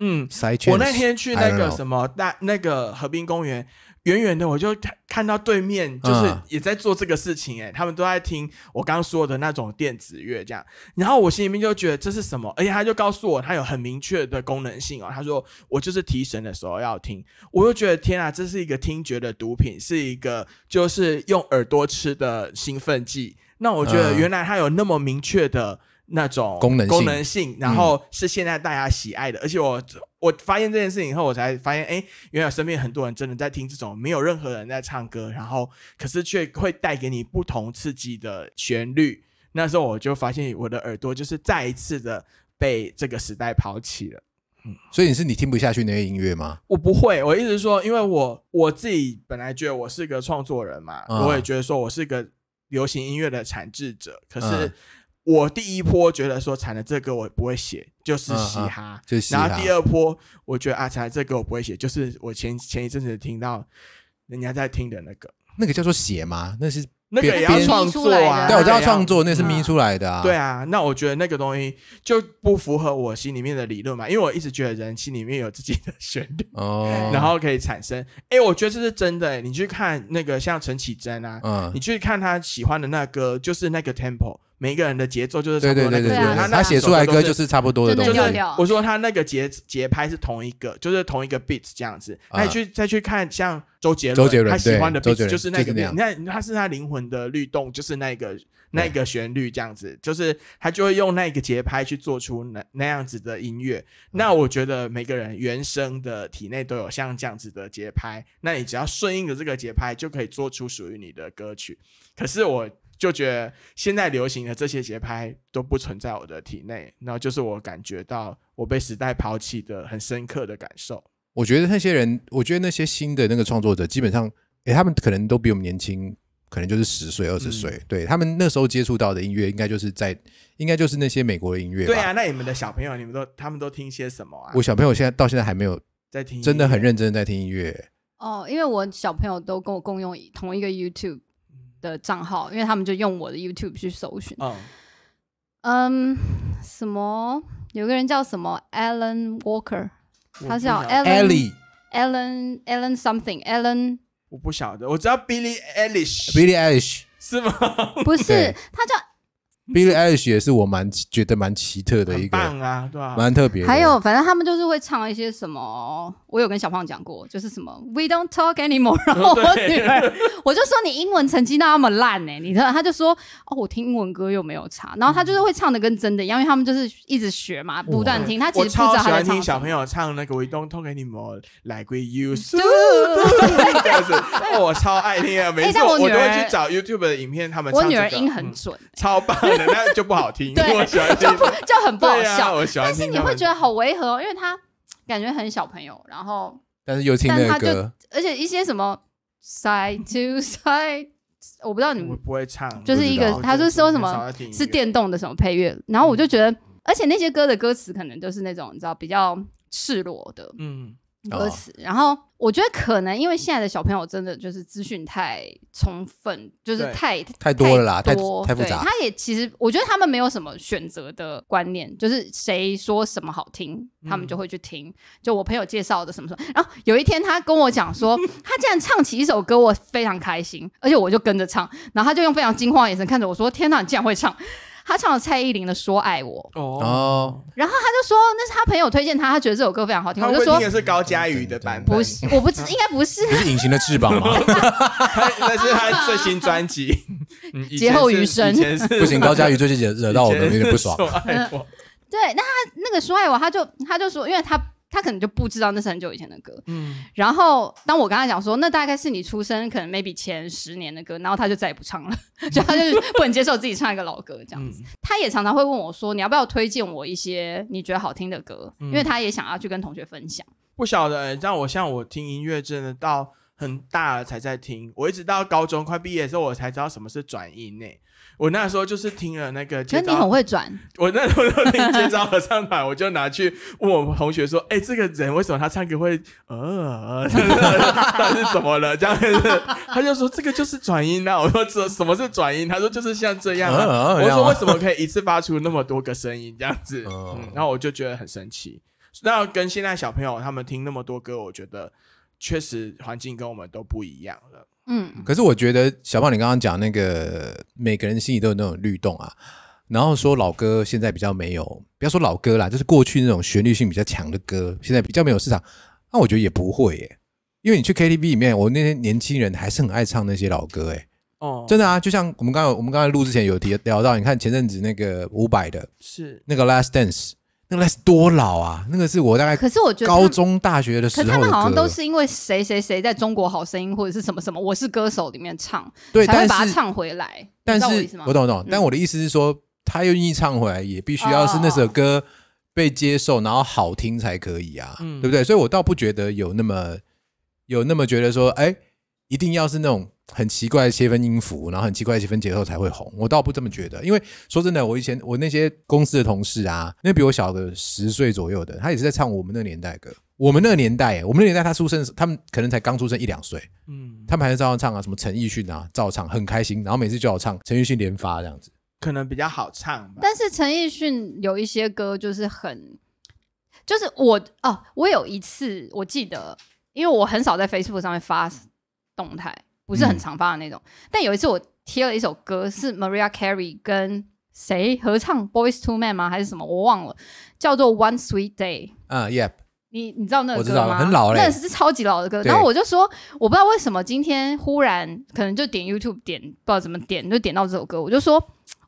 Speaker 3: 嗯，
Speaker 1: Side
Speaker 3: 我
Speaker 1: chance
Speaker 3: 那天去那
Speaker 1: I don't
Speaker 3: 个
Speaker 1: know
Speaker 3: 什么大那个河滨公园，远远的我就看看到对面就是
Speaker 1: 嗯
Speaker 3: 也在做这个事情、哎、他们都在听我刚刚说的那种电子乐这样，然后我心里面就觉得这是什么，而且他就告诉我他有很明确的功能性哦，他说我就是提神的时候要听，我就觉得天啊，这是一个听觉的毒品，是一个就是用耳朵吃的兴奋剂。那我觉得
Speaker 1: 嗯
Speaker 3: 原来它有那么明确的那种
Speaker 1: 功能性
Speaker 3: 功能性，
Speaker 1: 嗯
Speaker 3: 然后是现在大家喜爱的。而且我我发现这件事情以后，我才发现，哎，原来身边很多人真的在听这种没有任何人在唱歌，然后可是却会带给你不同刺激的旋律。那时候我就发现我的耳朵就是再一次的被这个时代抛弃了。
Speaker 1: 所以你是你听不下去那些音乐吗？
Speaker 3: 我不会，我一直说，因为我我自己本来觉得我是个创作人嘛，
Speaker 1: 嗯
Speaker 3: 我也觉得说我是个流行音乐的产制者。可是
Speaker 1: 嗯
Speaker 3: 我第一波觉得说产的这个我不会写，就是
Speaker 1: 嗯
Speaker 3: 嘻
Speaker 1: 嗯
Speaker 3: 哈。
Speaker 1: 就是嘻
Speaker 3: 然
Speaker 1: 哈
Speaker 3: 后第二波，我觉得啊，产的这个我不会写，就是我前前一阵子听到人家在听的那个，
Speaker 1: 那个叫做写吗？那是
Speaker 3: 那个也要
Speaker 1: 编
Speaker 3: 创作啊。
Speaker 1: 对，我知道
Speaker 3: 那也要
Speaker 1: 创作那是
Speaker 2: 嗯
Speaker 1: 咪出来的啊。
Speaker 3: 对啊，那我觉得那个东西就不符合我心里面的理论嘛，因为我一直觉得人心里面有自己的旋律。
Speaker 1: 哦，
Speaker 3: 然后可以产生。哎，我觉得这是真的诶。你去看那个像陈绮贞啊，
Speaker 1: 嗯
Speaker 3: 你，去看她喜欢的那歌，就是那个 tempo，每一个人的节奏就是差
Speaker 1: 对对
Speaker 3: 不多那
Speaker 1: 对
Speaker 3: 个
Speaker 1: 对
Speaker 3: 节
Speaker 2: 对
Speaker 3: 奏
Speaker 2: 啊。
Speaker 3: 她
Speaker 1: 对，
Speaker 3: 那
Speaker 1: 他写出来
Speaker 3: 首
Speaker 1: 歌
Speaker 3: 都。
Speaker 1: 就是是差不多的
Speaker 2: 真
Speaker 1: 东
Speaker 2: 的
Speaker 3: 就
Speaker 1: 西
Speaker 3: 是
Speaker 2: 调调
Speaker 3: 我说他那个节节拍是同一个，就是同一个 beat 这样子。那你
Speaker 1: 啊
Speaker 3: 去再去看像周杰伦，
Speaker 1: 周杰伦
Speaker 3: 他喜欢的
Speaker 1: 对
Speaker 3: beat
Speaker 1: 周杰伦
Speaker 3: 就是那个
Speaker 1: 就是那
Speaker 3: beat，
Speaker 1: 样
Speaker 3: 那他是他灵魂的律动，就是那个那个旋律这样子，就是他就会用那个节拍去做出那那样子的音
Speaker 1: 嗯
Speaker 3: 乐。那我觉得每个人原生的体内都有像这样子的节拍，那你只要顺应着这个节拍，就可以做出属于你的歌曲。可是我就觉得现在流行的这些节拍都不存在我的体内，然后就是我感觉到我被时代抛弃的很深刻的感受。
Speaker 1: 我觉得那些人，我觉得那些新的那个创作者，基本上，诶，他们可能都比我们年轻，可能就是十岁、二十
Speaker 3: 嗯
Speaker 1: 岁。对他们那时候接触到的音乐，应该就是在，应该就是那些美国的音乐吧。
Speaker 3: 对啊，那你们的小朋友，你们都他们都听些什么啊？
Speaker 1: 我小朋友现在到现在还没有
Speaker 3: 在听音乐，
Speaker 1: 真的很认真地在听音乐。
Speaker 2: 哦，因为我小朋友都跟我共用同一个 YouTube 的账号，因为他们就用我的 YouTube 去搜寻。
Speaker 3: 嗯，
Speaker 2: 嗯，什么？有个人叫什么 Alan Walker，
Speaker 3: 我
Speaker 2: 他
Speaker 3: 不
Speaker 2: 叫
Speaker 3: 晓
Speaker 2: Alan
Speaker 1: Ellie
Speaker 2: Alan Alan something Alan
Speaker 3: 我不晓得，我知道 Billie Eilish
Speaker 1: Billie Eilish。
Speaker 3: 是吗？
Speaker 2: 不是
Speaker 1: 对，
Speaker 2: 他叫
Speaker 1: Billie Eilish 也是我蛮觉得蛮奇特的一个，
Speaker 3: 很棒啊，对吧、
Speaker 1: 蛮特别的。
Speaker 2: 还有，反正他们就是会唱一些什么，我有跟小胖讲过，就是什么 We don't talk anymore，然后我
Speaker 3: 对
Speaker 2: 女儿我就说你英文成绩那么烂呢、你知道？他就说哦，我听英文歌又没有差，然后他就是会唱的跟真的一样，因为他们就是一直学嘛，不断听，他其实
Speaker 3: 哦我
Speaker 2: 不知道
Speaker 3: 超喜
Speaker 2: 他在
Speaker 3: 欢
Speaker 2: 唱什
Speaker 3: 听小
Speaker 2: 么
Speaker 3: 朋。友唱那个 We Don't Talk Anymore Like We Used To，
Speaker 2: 嘟
Speaker 3: 这样子，哦我超爱听啊！每次
Speaker 2: 哎但我
Speaker 3: 我
Speaker 2: 女
Speaker 3: 都会
Speaker 2: 儿
Speaker 3: 去找 YouTube 的影片，他们
Speaker 2: 我
Speaker 3: 唱
Speaker 2: 女
Speaker 3: 这
Speaker 2: 儿
Speaker 3: 个
Speaker 2: 音很
Speaker 3: 嗯
Speaker 2: 准，
Speaker 3: 超棒的，那就不好听，
Speaker 2: 对
Speaker 3: 我喜欢听
Speaker 2: 就，不就很不好
Speaker 3: 对啊，
Speaker 2: 笑。
Speaker 3: 我喜欢
Speaker 2: 但是
Speaker 3: 听
Speaker 2: 你
Speaker 3: 他们。
Speaker 2: 会觉得好违和、哦，因为他感觉很小朋友，然后
Speaker 1: 但是又听那个
Speaker 2: 但他
Speaker 1: 歌，
Speaker 2: 而且一些什么 side to side，我不知道你
Speaker 3: 我
Speaker 2: 们
Speaker 3: 不会唱，
Speaker 2: 就是一个
Speaker 1: 不知道
Speaker 2: 他就说什
Speaker 3: 我真的很少
Speaker 2: 么
Speaker 3: 在听音乐
Speaker 2: 是电动的什么配乐，然后我就觉得，而且那些歌的歌词可能就是那种你知道比较赤裸的，
Speaker 3: 嗯，
Speaker 2: 歌词。然后我觉得可能因为现在的小朋友真的就是资讯太充分，就是
Speaker 3: 对
Speaker 2: 太
Speaker 1: 太多了啊啦，太
Speaker 2: 多
Speaker 1: 太复
Speaker 2: 对
Speaker 1: 杂。
Speaker 2: 他也其实我觉得他们没有什么选择的观念，就是谁说什么好听，他
Speaker 1: 嗯
Speaker 2: 们就会去听。就我朋友介绍的什么什么，然后有一天他跟我讲说，他竟然唱起一首歌，我非常开心，而且我就跟着唱，然后他就用非常惊慌的眼神看着我说：“天哪，你竟然会唱！”他唱了蔡依林的《说爱我》，
Speaker 1: 哦，
Speaker 2: 然后他就说那是他朋友推荐他，他觉得这首歌非常好听。
Speaker 3: 他
Speaker 2: 我
Speaker 3: 会
Speaker 2: 就
Speaker 3: 听
Speaker 2: 说
Speaker 3: 的是高佳瑜的版本，
Speaker 1: 哦
Speaker 2: 不是，我不知应该不是，
Speaker 1: 不是隐形的翅膀吗？
Speaker 3: 他那是他最新专辑。嗯以前是
Speaker 2: 劫后余生
Speaker 3: 以前是
Speaker 1: 不行，高佳瑜最近惹惹到我们有点不爽。。
Speaker 3: 以前是说爱我
Speaker 2: 对，那他那个说爱我，他就他就说，因为他他可能就不知道那是很久以前的歌，
Speaker 3: 嗯，
Speaker 2: 然后当我跟他讲说，那大概是你出生可能 maybe 前十年的歌，然后他就再也不唱了， 就他就是不能接受自己唱一个老歌这
Speaker 1: 嗯
Speaker 2: 样子。他也常常会问我说，你要不要推荐我一些你觉得好听的歌？
Speaker 1: 嗯
Speaker 2: 因为他也想要去跟同学分享。
Speaker 3: 不晓得，让我像我听音乐真的到很大了才在听，我一直到高中快毕业的时候，我才知道什么是转音呢、我那时候就是听了那个
Speaker 2: 可
Speaker 3: 节
Speaker 2: 是你很
Speaker 3: 奏，
Speaker 2: 会转，
Speaker 3: 我那时候就听节奏合唱团，我就拿去问我同学说：“哎、这个人为什么他唱歌会呃，他是怎么了？”这样子，他就说：“这个就是转音啊。”我说：“这什么是转音？”他说：“就是像这样、啊。
Speaker 1: 嗯嗯
Speaker 3: 我说
Speaker 1: 嗯
Speaker 3: 为什么可以一次发出那么多个声音这样子？
Speaker 1: 嗯
Speaker 3: 嗯，然后我就觉得很神奇。那跟现在小朋友他们听那么多歌，我觉得确实环境跟我们都不一样了。
Speaker 2: 嗯，
Speaker 1: 可是我觉得小胖，你刚刚讲那个每个人心里都有那种律动啊，然后说老歌现在比较没有，不要说老歌啦，就是过去那种旋律性比较强的歌，现在比较没有市场。那我觉得也不会耶、因为你去 KTV 里面，我那些年轻人还是很爱唱那些老歌、欸，
Speaker 3: 哦
Speaker 1: 真的啊，就像我们刚刚有我们刚才录之前有提聊到，你看前阵子那个伍佰的
Speaker 3: 是
Speaker 1: 那个 Last Dance，那个 Last 多老啊，那个是我大概
Speaker 2: 可是我觉得他
Speaker 1: 高
Speaker 2: 们。
Speaker 1: 中大学的时候
Speaker 2: 可是
Speaker 1: 的
Speaker 2: 他
Speaker 1: 歌，
Speaker 2: 们好像都是因为谁谁谁在中国好声音或者是什么什么《我是歌手》里面唱，
Speaker 1: 对，
Speaker 2: 才
Speaker 1: 但
Speaker 2: 会
Speaker 1: 是
Speaker 2: 把它唱回来。
Speaker 1: 但
Speaker 2: 你知
Speaker 1: 是
Speaker 2: 道我意思吗？嗯
Speaker 1: 懂懂，但我的意思是说，他愿意唱回来，也必须要是那首歌
Speaker 2: 啊
Speaker 1: 被接受，然后好听才可以啊，
Speaker 3: 嗯
Speaker 1: 对不对？所以我倒不觉得有那么有那么觉得说，哎，一定要是那种很奇怪的切分音符，然后很奇怪的切分节奏才会红，我倒不这么觉得。因为说真的，我以前我那些公司的同事啊，那比我小个十岁左右的，他也是在唱我们那个年代的歌。我们那个年代，我们那个年代，他出生的时候，他们可能才刚出生一两岁，
Speaker 3: 嗯，
Speaker 1: 他们还是照样唱啊，什么陈奕迅啊，照唱，很开心。然后每次就要唱陈奕迅连发这样子，
Speaker 3: 可能比较好唱吧。
Speaker 2: 但是陈奕迅有一些歌就是很，就是我哦，我有一次我记得，因为我很少在 Facebook 上面发动态，不是很常发的那种。但有一次我贴了一首歌，是 Maria Carey 跟谁合唱《Boys to Men》吗？还是什么？我忘了，叫做《One Sweet Day》。
Speaker 1: 啊，Yep，
Speaker 2: 你你知道那个
Speaker 1: 我知
Speaker 2: 歌
Speaker 1: 道
Speaker 2: 吗？
Speaker 1: 很老嘞
Speaker 2: 那是超级老的歌。
Speaker 1: 对
Speaker 2: 然后我就说，我不知道为什么今天忽然可能就点 YouTube 点不知道怎么点就点到这首歌，我就说，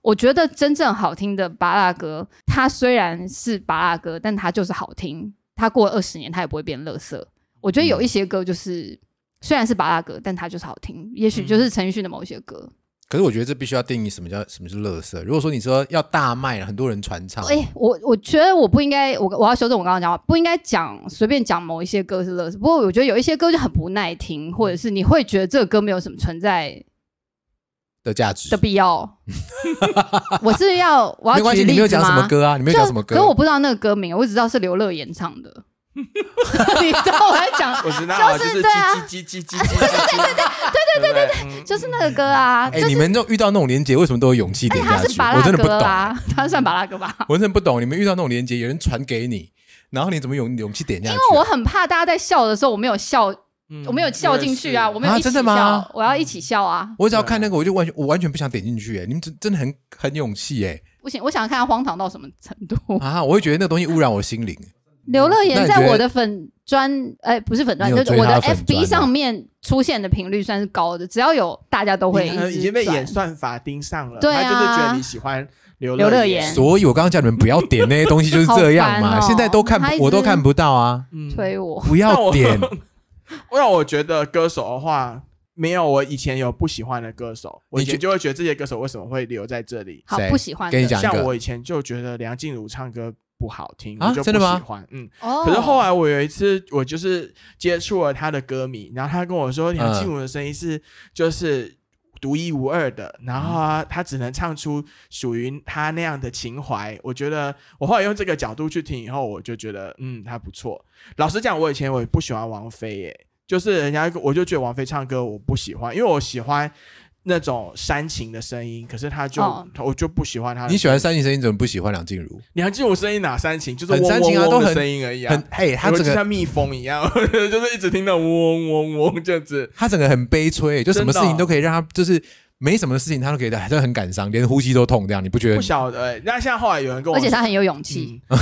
Speaker 2: 我觉得真正好听的巴拉歌，它虽然是巴拉歌，但它就是好听。它过二十年，它也不会变垃圾。我觉得有一些歌就是、虽然是巴拉歌，但它就是好听。也许就是陈奕迅的某一些歌。
Speaker 1: 可是我觉得这必须要定义什么叫什么是乐色。如果说你说要大卖，很多人传唱，
Speaker 2: 哎、我我觉得我不应该，我我要修正我刚刚讲话，不应该讲随便讲某一些歌是乐色。不过我觉得有一些歌就很不耐听，
Speaker 1: 嗯
Speaker 2: 或者是你会觉得这个歌没有什么存在
Speaker 1: 的价值
Speaker 2: 的 必要。我是要我
Speaker 1: 没
Speaker 2: 要
Speaker 1: 关
Speaker 2: 举
Speaker 1: 系，你
Speaker 2: 例
Speaker 1: 没有
Speaker 2: 子
Speaker 1: 讲什么
Speaker 2: 吗
Speaker 1: 歌啊，你没有讲什么
Speaker 2: 就可
Speaker 1: 歌
Speaker 2: 我，不知道那个歌名，我只知道是刘乐言唱 的。你知道我在讲，
Speaker 3: 我知道啊，
Speaker 2: 就是
Speaker 3: 是
Speaker 2: 对啊
Speaker 3: 叽叽叽叽叽叽叽叽，对对对对对对对对
Speaker 2: 就是那个歌啊，
Speaker 1: 哎，
Speaker 2: 就
Speaker 1: 你
Speaker 2: 是
Speaker 1: 们这种遇到那种连接，为什么都有勇气
Speaker 2: 而且
Speaker 1: 点
Speaker 2: 他
Speaker 1: 下
Speaker 2: 是
Speaker 1: 去？
Speaker 2: 巴
Speaker 1: 我
Speaker 2: 拉
Speaker 1: 真的不
Speaker 2: 歌
Speaker 1: 懂，
Speaker 2: 啊，他算巴拉 歌吧？
Speaker 1: 我真的不懂，你们遇到那种连接，有人传给你，然后你怎么有勇气点下去
Speaker 2: 因
Speaker 1: 啊？
Speaker 2: 为我很怕大家在笑的时候，我没有笑，
Speaker 3: 嗯
Speaker 2: 我没有笑进去啊，
Speaker 3: 我
Speaker 2: 我
Speaker 3: 也
Speaker 2: 没有
Speaker 1: 啊
Speaker 2: 一起
Speaker 1: 真的
Speaker 2: 笑，
Speaker 1: 吗
Speaker 2: 我要一起笑啊！
Speaker 1: 我只要看那个，我就完全我完全不想点进去。哎，你们真真的很很勇气哎
Speaker 2: 不行，我想看他荒唐到什么程度。
Speaker 1: 啊！我会觉得那个东西污染我心灵。
Speaker 2: 刘乐言
Speaker 1: 那你
Speaker 2: 在
Speaker 1: 觉
Speaker 2: 我
Speaker 1: 得
Speaker 2: 的粉砖，哎、不是粉砖，
Speaker 1: 你有
Speaker 2: 就是我
Speaker 1: 追他的粉砖吗
Speaker 2: FB 上面出现的频率算是高的，只要有大家都会
Speaker 3: 你
Speaker 2: 一
Speaker 3: 可能
Speaker 2: 直
Speaker 3: 已经被
Speaker 2: 转
Speaker 3: 演算法盯上了，
Speaker 2: 对啊
Speaker 3: 他就是觉得你喜欢刘
Speaker 2: 刘乐
Speaker 3: 言
Speaker 2: 言
Speaker 1: 所以我刚刚叫你们不要点那些东西，就是这样
Speaker 2: 好
Speaker 1: 嘛。
Speaker 2: 烦哦
Speaker 1: 现在都看
Speaker 2: 他一直
Speaker 1: 我都看不到啊，
Speaker 3: 嗯
Speaker 2: 推我。
Speaker 1: 不要点。
Speaker 3: 因为我觉得歌手的话，没有我以前有不喜欢的歌手，我以
Speaker 1: 你
Speaker 3: 前
Speaker 1: 觉
Speaker 3: 就会觉得这些歌手为什么会留在这里。
Speaker 2: 好
Speaker 1: 谁
Speaker 2: 不喜欢的
Speaker 1: 跟你讲一
Speaker 3: 像
Speaker 1: 个
Speaker 3: 我以前就觉得梁静茹唱歌不好听，
Speaker 1: 啊
Speaker 3: 我就不
Speaker 1: 真的吗
Speaker 3: 喜欢。嗯，
Speaker 2: 哦
Speaker 3: 可是后来我有一次，我就是接触了她的歌迷，然后她跟我说，梁静茹的声音是就是独一无二的，然后
Speaker 2: 嗯
Speaker 3: 啊，他只能唱出属于他那样的情怀。我觉得我后来用这个角度去听以后，我就觉得嗯，他不错。老实讲，我以前我也不喜欢王菲耶，就是人家我就觉得王菲唱歌我不喜欢，因为我喜欢那种煽情的声音，可是她就、
Speaker 2: 哦
Speaker 3: 我就不喜欢她的。
Speaker 1: 你喜欢三井声音，怎么不喜欢梁 静茹？
Speaker 3: 梁静茹声音哪煽情？就是
Speaker 1: 很
Speaker 3: 嗡
Speaker 1: 煽情啊
Speaker 3: 嗡嗡
Speaker 1: 都
Speaker 3: 的
Speaker 1: 很
Speaker 3: 声音而已啊，
Speaker 1: 很哎，他
Speaker 3: 我
Speaker 1: 整
Speaker 3: 就
Speaker 1: 个
Speaker 3: 像蜜蜂一样， 就是一直听到嗡嗡嗡嗡这样子。
Speaker 1: 他整个很悲催，就什么事
Speaker 3: 真的哦
Speaker 1: 情都可以让他，就是没什么事情他都可以，还是很感伤，连呼吸都痛这样，你不 觉
Speaker 3: 不
Speaker 1: 得？
Speaker 3: 晓得、欸那像后来有人跟我，
Speaker 2: 而且他很有勇气，
Speaker 3: 嗯，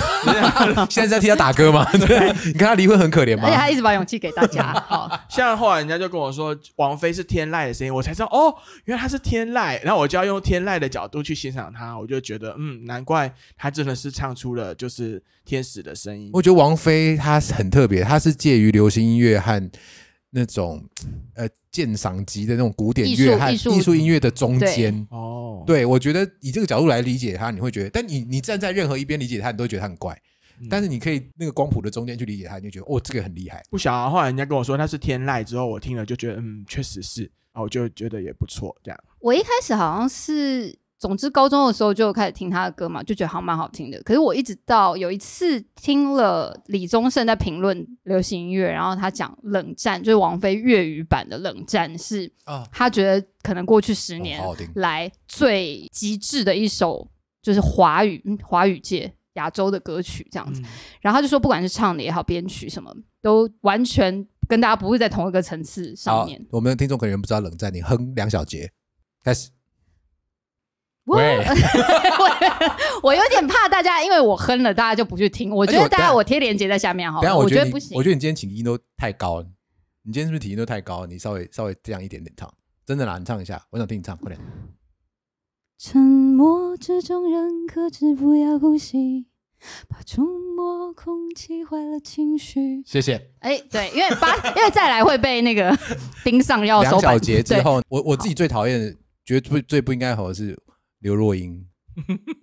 Speaker 1: 现在是在替他打 歌吗？对，你看他离婚很可怜
Speaker 2: 而且他
Speaker 1: 吗？
Speaker 2: 一直把勇气给 大家。好，
Speaker 3: 像后来人家就跟我说王菲是天籁的声音，我才知道哦，原来她是天籁，然后我就要用天籁的角度去欣赏她，我就觉得嗯，难怪她真的是唱出了就是天使的声音。
Speaker 1: 我觉得王菲她很特别，她是介于流行音乐和那种呃鉴赏级的那种古典
Speaker 2: 艺术
Speaker 1: 乐和
Speaker 2: 艺术
Speaker 1: 艺术音乐的中
Speaker 2: 对
Speaker 1: 间。
Speaker 3: 哦，
Speaker 1: 对，我觉得以这个角度来理解他，你会觉得，但你你站在任何一边理解他，你都会觉得他很怪。
Speaker 3: 嗯
Speaker 1: 但是你可以那个光谱的中间去理解他，你就觉得哦，这个很厉害。
Speaker 3: 不晓得后来人家跟我说她是天籁之后，我听了就觉得嗯，确实是，然后我就觉得也不错，这样
Speaker 2: 我一开始好像是，总之高中的时候就开始听他的歌嘛，就觉得好像蛮好听的。可是我一直到有一次听了李宗盛在评论流行音乐，然后他讲冷战，就是王菲粤语版的冷战，是
Speaker 1: 啊
Speaker 2: 他觉得可能过去十
Speaker 1: 哦
Speaker 2: 年
Speaker 1: 好好听
Speaker 2: 来最极致的一首，就是华语嗯华语界亚洲的歌曲这样子。
Speaker 3: 嗯
Speaker 2: 然后他就说，不管是唱的也好，编曲什么，都完全跟大家不会在同一个层次上面。
Speaker 1: 我们的听众可能不知道冷战，你哼两小节，开始。
Speaker 2: 我
Speaker 1: 喂
Speaker 2: 我我有点怕大家，因为我哼了，大家就不去听。我觉
Speaker 1: 而且
Speaker 2: 得
Speaker 1: 我
Speaker 2: 大
Speaker 1: 等
Speaker 2: 家
Speaker 1: 下
Speaker 2: 我贴链接在下面好
Speaker 1: 等一下，
Speaker 2: 了，我
Speaker 1: 觉得你
Speaker 2: 不行
Speaker 1: 我。觉得你今天请音都太高了，你今天是不是体音都太高了？你稍微稍微这样一点点唱，真的啦，你唱一下，我想听你唱，快点。
Speaker 4: 沉默之中，仍克制不要呼吸，怕触摸空气坏了情绪。
Speaker 1: 谢谢。
Speaker 2: 哎，对，因为八， 因为再来会被那个盯上要
Speaker 1: 两
Speaker 2: 收
Speaker 1: 小
Speaker 2: 版
Speaker 1: 节
Speaker 2: 权。
Speaker 1: 之
Speaker 2: 哦对，
Speaker 1: 后，我我自己最讨厌的，觉得最最不应该吼的是刘若英。
Speaker 2: 哦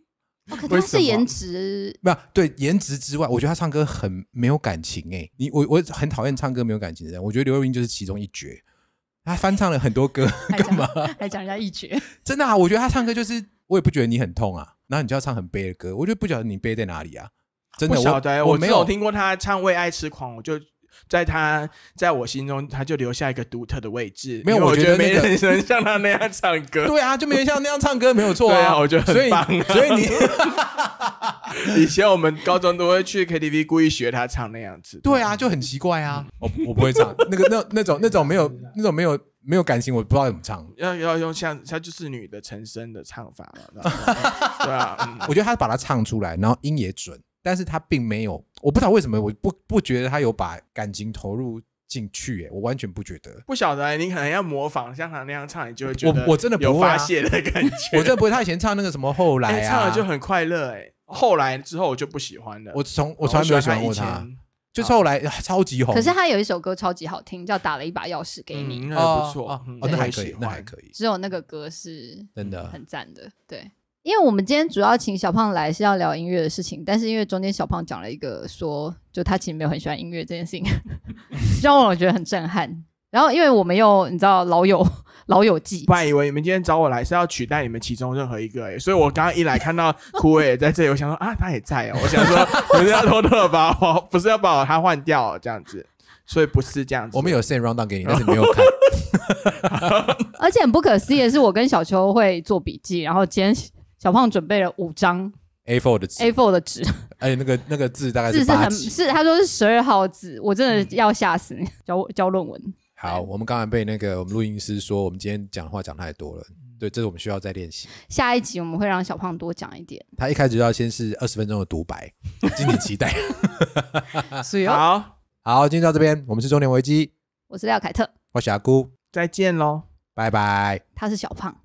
Speaker 2: 可他
Speaker 3: 为什么
Speaker 2: 是颜值，
Speaker 1: 没有对颜值之外，我觉得他唱歌很没有感情哎、你我我很讨厌唱歌没有感情的人，我觉得刘若英就是其中一绝。她翻唱了很多歌，
Speaker 2: 还讲还讲人家一绝。
Speaker 1: 真的啊，我觉得她唱歌就是我也不觉得你很痛啊，然后你就要唱很悲的歌，我就不晓得你悲在哪里啊。真的，
Speaker 3: 不晓得
Speaker 1: 我
Speaker 3: 我
Speaker 1: 没
Speaker 3: 自从
Speaker 1: 有
Speaker 3: 听过她唱《为爱痴狂》，我就。在她在我心中，她就留下一个独特的位置。
Speaker 1: 没有
Speaker 3: 因为
Speaker 1: 我
Speaker 3: 我
Speaker 1: 觉
Speaker 3: 觉
Speaker 1: 得
Speaker 3: 没
Speaker 1: 那个
Speaker 3: 人能像她那样唱歌。
Speaker 1: 对啊，就没有像那样唱歌没有错
Speaker 3: 对啊我觉得很
Speaker 1: 所以
Speaker 3: 棒啊
Speaker 1: 所以你
Speaker 3: 以前我们高中都会去 KTV 故意学他唱那样子。
Speaker 1: 对啊，就很奇怪啊。
Speaker 3: 嗯
Speaker 1: 我我不会唱那个那那种那种没有那种没有没有感情，我不知道怎么唱。
Speaker 3: 要要用像她就是女的陈升的唱法嘛，对吧对啊， 嗯
Speaker 1: 我觉得他把它唱出来，然后音也准，但是他并没有，我不知道为什么，我不不觉得他有把感情投入进去、欸耶，我完全不觉得，
Speaker 3: 不晓得欸你可能要模仿像她那样唱，你就会觉得
Speaker 1: 我我真的
Speaker 3: 有
Speaker 1: 不会、
Speaker 3: 发
Speaker 1: 啊，
Speaker 3: 泄的感觉。
Speaker 1: 我真的不会。他以前唱那个什么后 来
Speaker 3: 哎
Speaker 1: 啊，
Speaker 3: 唱了就很快乐哎，后来之后我就不喜欢了。
Speaker 1: 我从我从来没有喜欢过
Speaker 3: 她以
Speaker 1: 他，
Speaker 3: 前，
Speaker 1: 就是后来、啊超级红，
Speaker 2: 可是他有一首歌超级好听，叫《打了一把钥匙给你》，
Speaker 3: 嗯，那
Speaker 1: 哦
Speaker 3: 也不错
Speaker 1: 哦，
Speaker 3: 嗯
Speaker 1: 哦那还
Speaker 3: 我
Speaker 1: 可
Speaker 3: 也
Speaker 1: 以
Speaker 3: 喜，
Speaker 1: 那
Speaker 3: 欢
Speaker 1: 还可以，
Speaker 2: 只有那个歌是
Speaker 1: 真的。
Speaker 2: 很赞的。对，因为我们今天主要请小胖来是要聊音乐的事情，但是因为中间小胖讲了一个说，就他其实没有很喜欢音乐这件 事情，让我觉得很震撼。然后因为我们又你知道老友老友记
Speaker 3: 不，然以为你们今天找我来是要取代你们其中任何一个、欸，所以我刚刚一来看到枯伟也在这里，我想说啊，他也在哦、我想说 你们要偷偷的把我， 不是要把我他换掉、哦这样子，所以不是这样子。
Speaker 1: 我们有 send round down 给你， 但是你没有看。
Speaker 2: 而且很不可思议的是，我跟小秋会做笔记，然后今天小胖准备了五张
Speaker 1: A4 的纸，
Speaker 2: A4 的纸，
Speaker 1: 而且那个那个字嗯大概
Speaker 2: 字是
Speaker 1: 八
Speaker 2: 很
Speaker 1: 级。
Speaker 2: 是他说是十二号字，我真的要吓死你，交交论文。
Speaker 1: 好，我们刚才被那个我们录音师说，我们今天讲话讲太多了，对，这是我们需要再练习。
Speaker 2: 下一集我们会让小胖多讲一点，
Speaker 1: 他一开始就要先是二十分钟的独白，敬请期待。
Speaker 2: 所以
Speaker 3: 好，
Speaker 1: 好，今天到这边，我们是中年危机，
Speaker 2: 我是廖凯特，
Speaker 1: 我是阿姑，
Speaker 3: 再见喽。
Speaker 1: 拜拜。
Speaker 2: 他是小胖。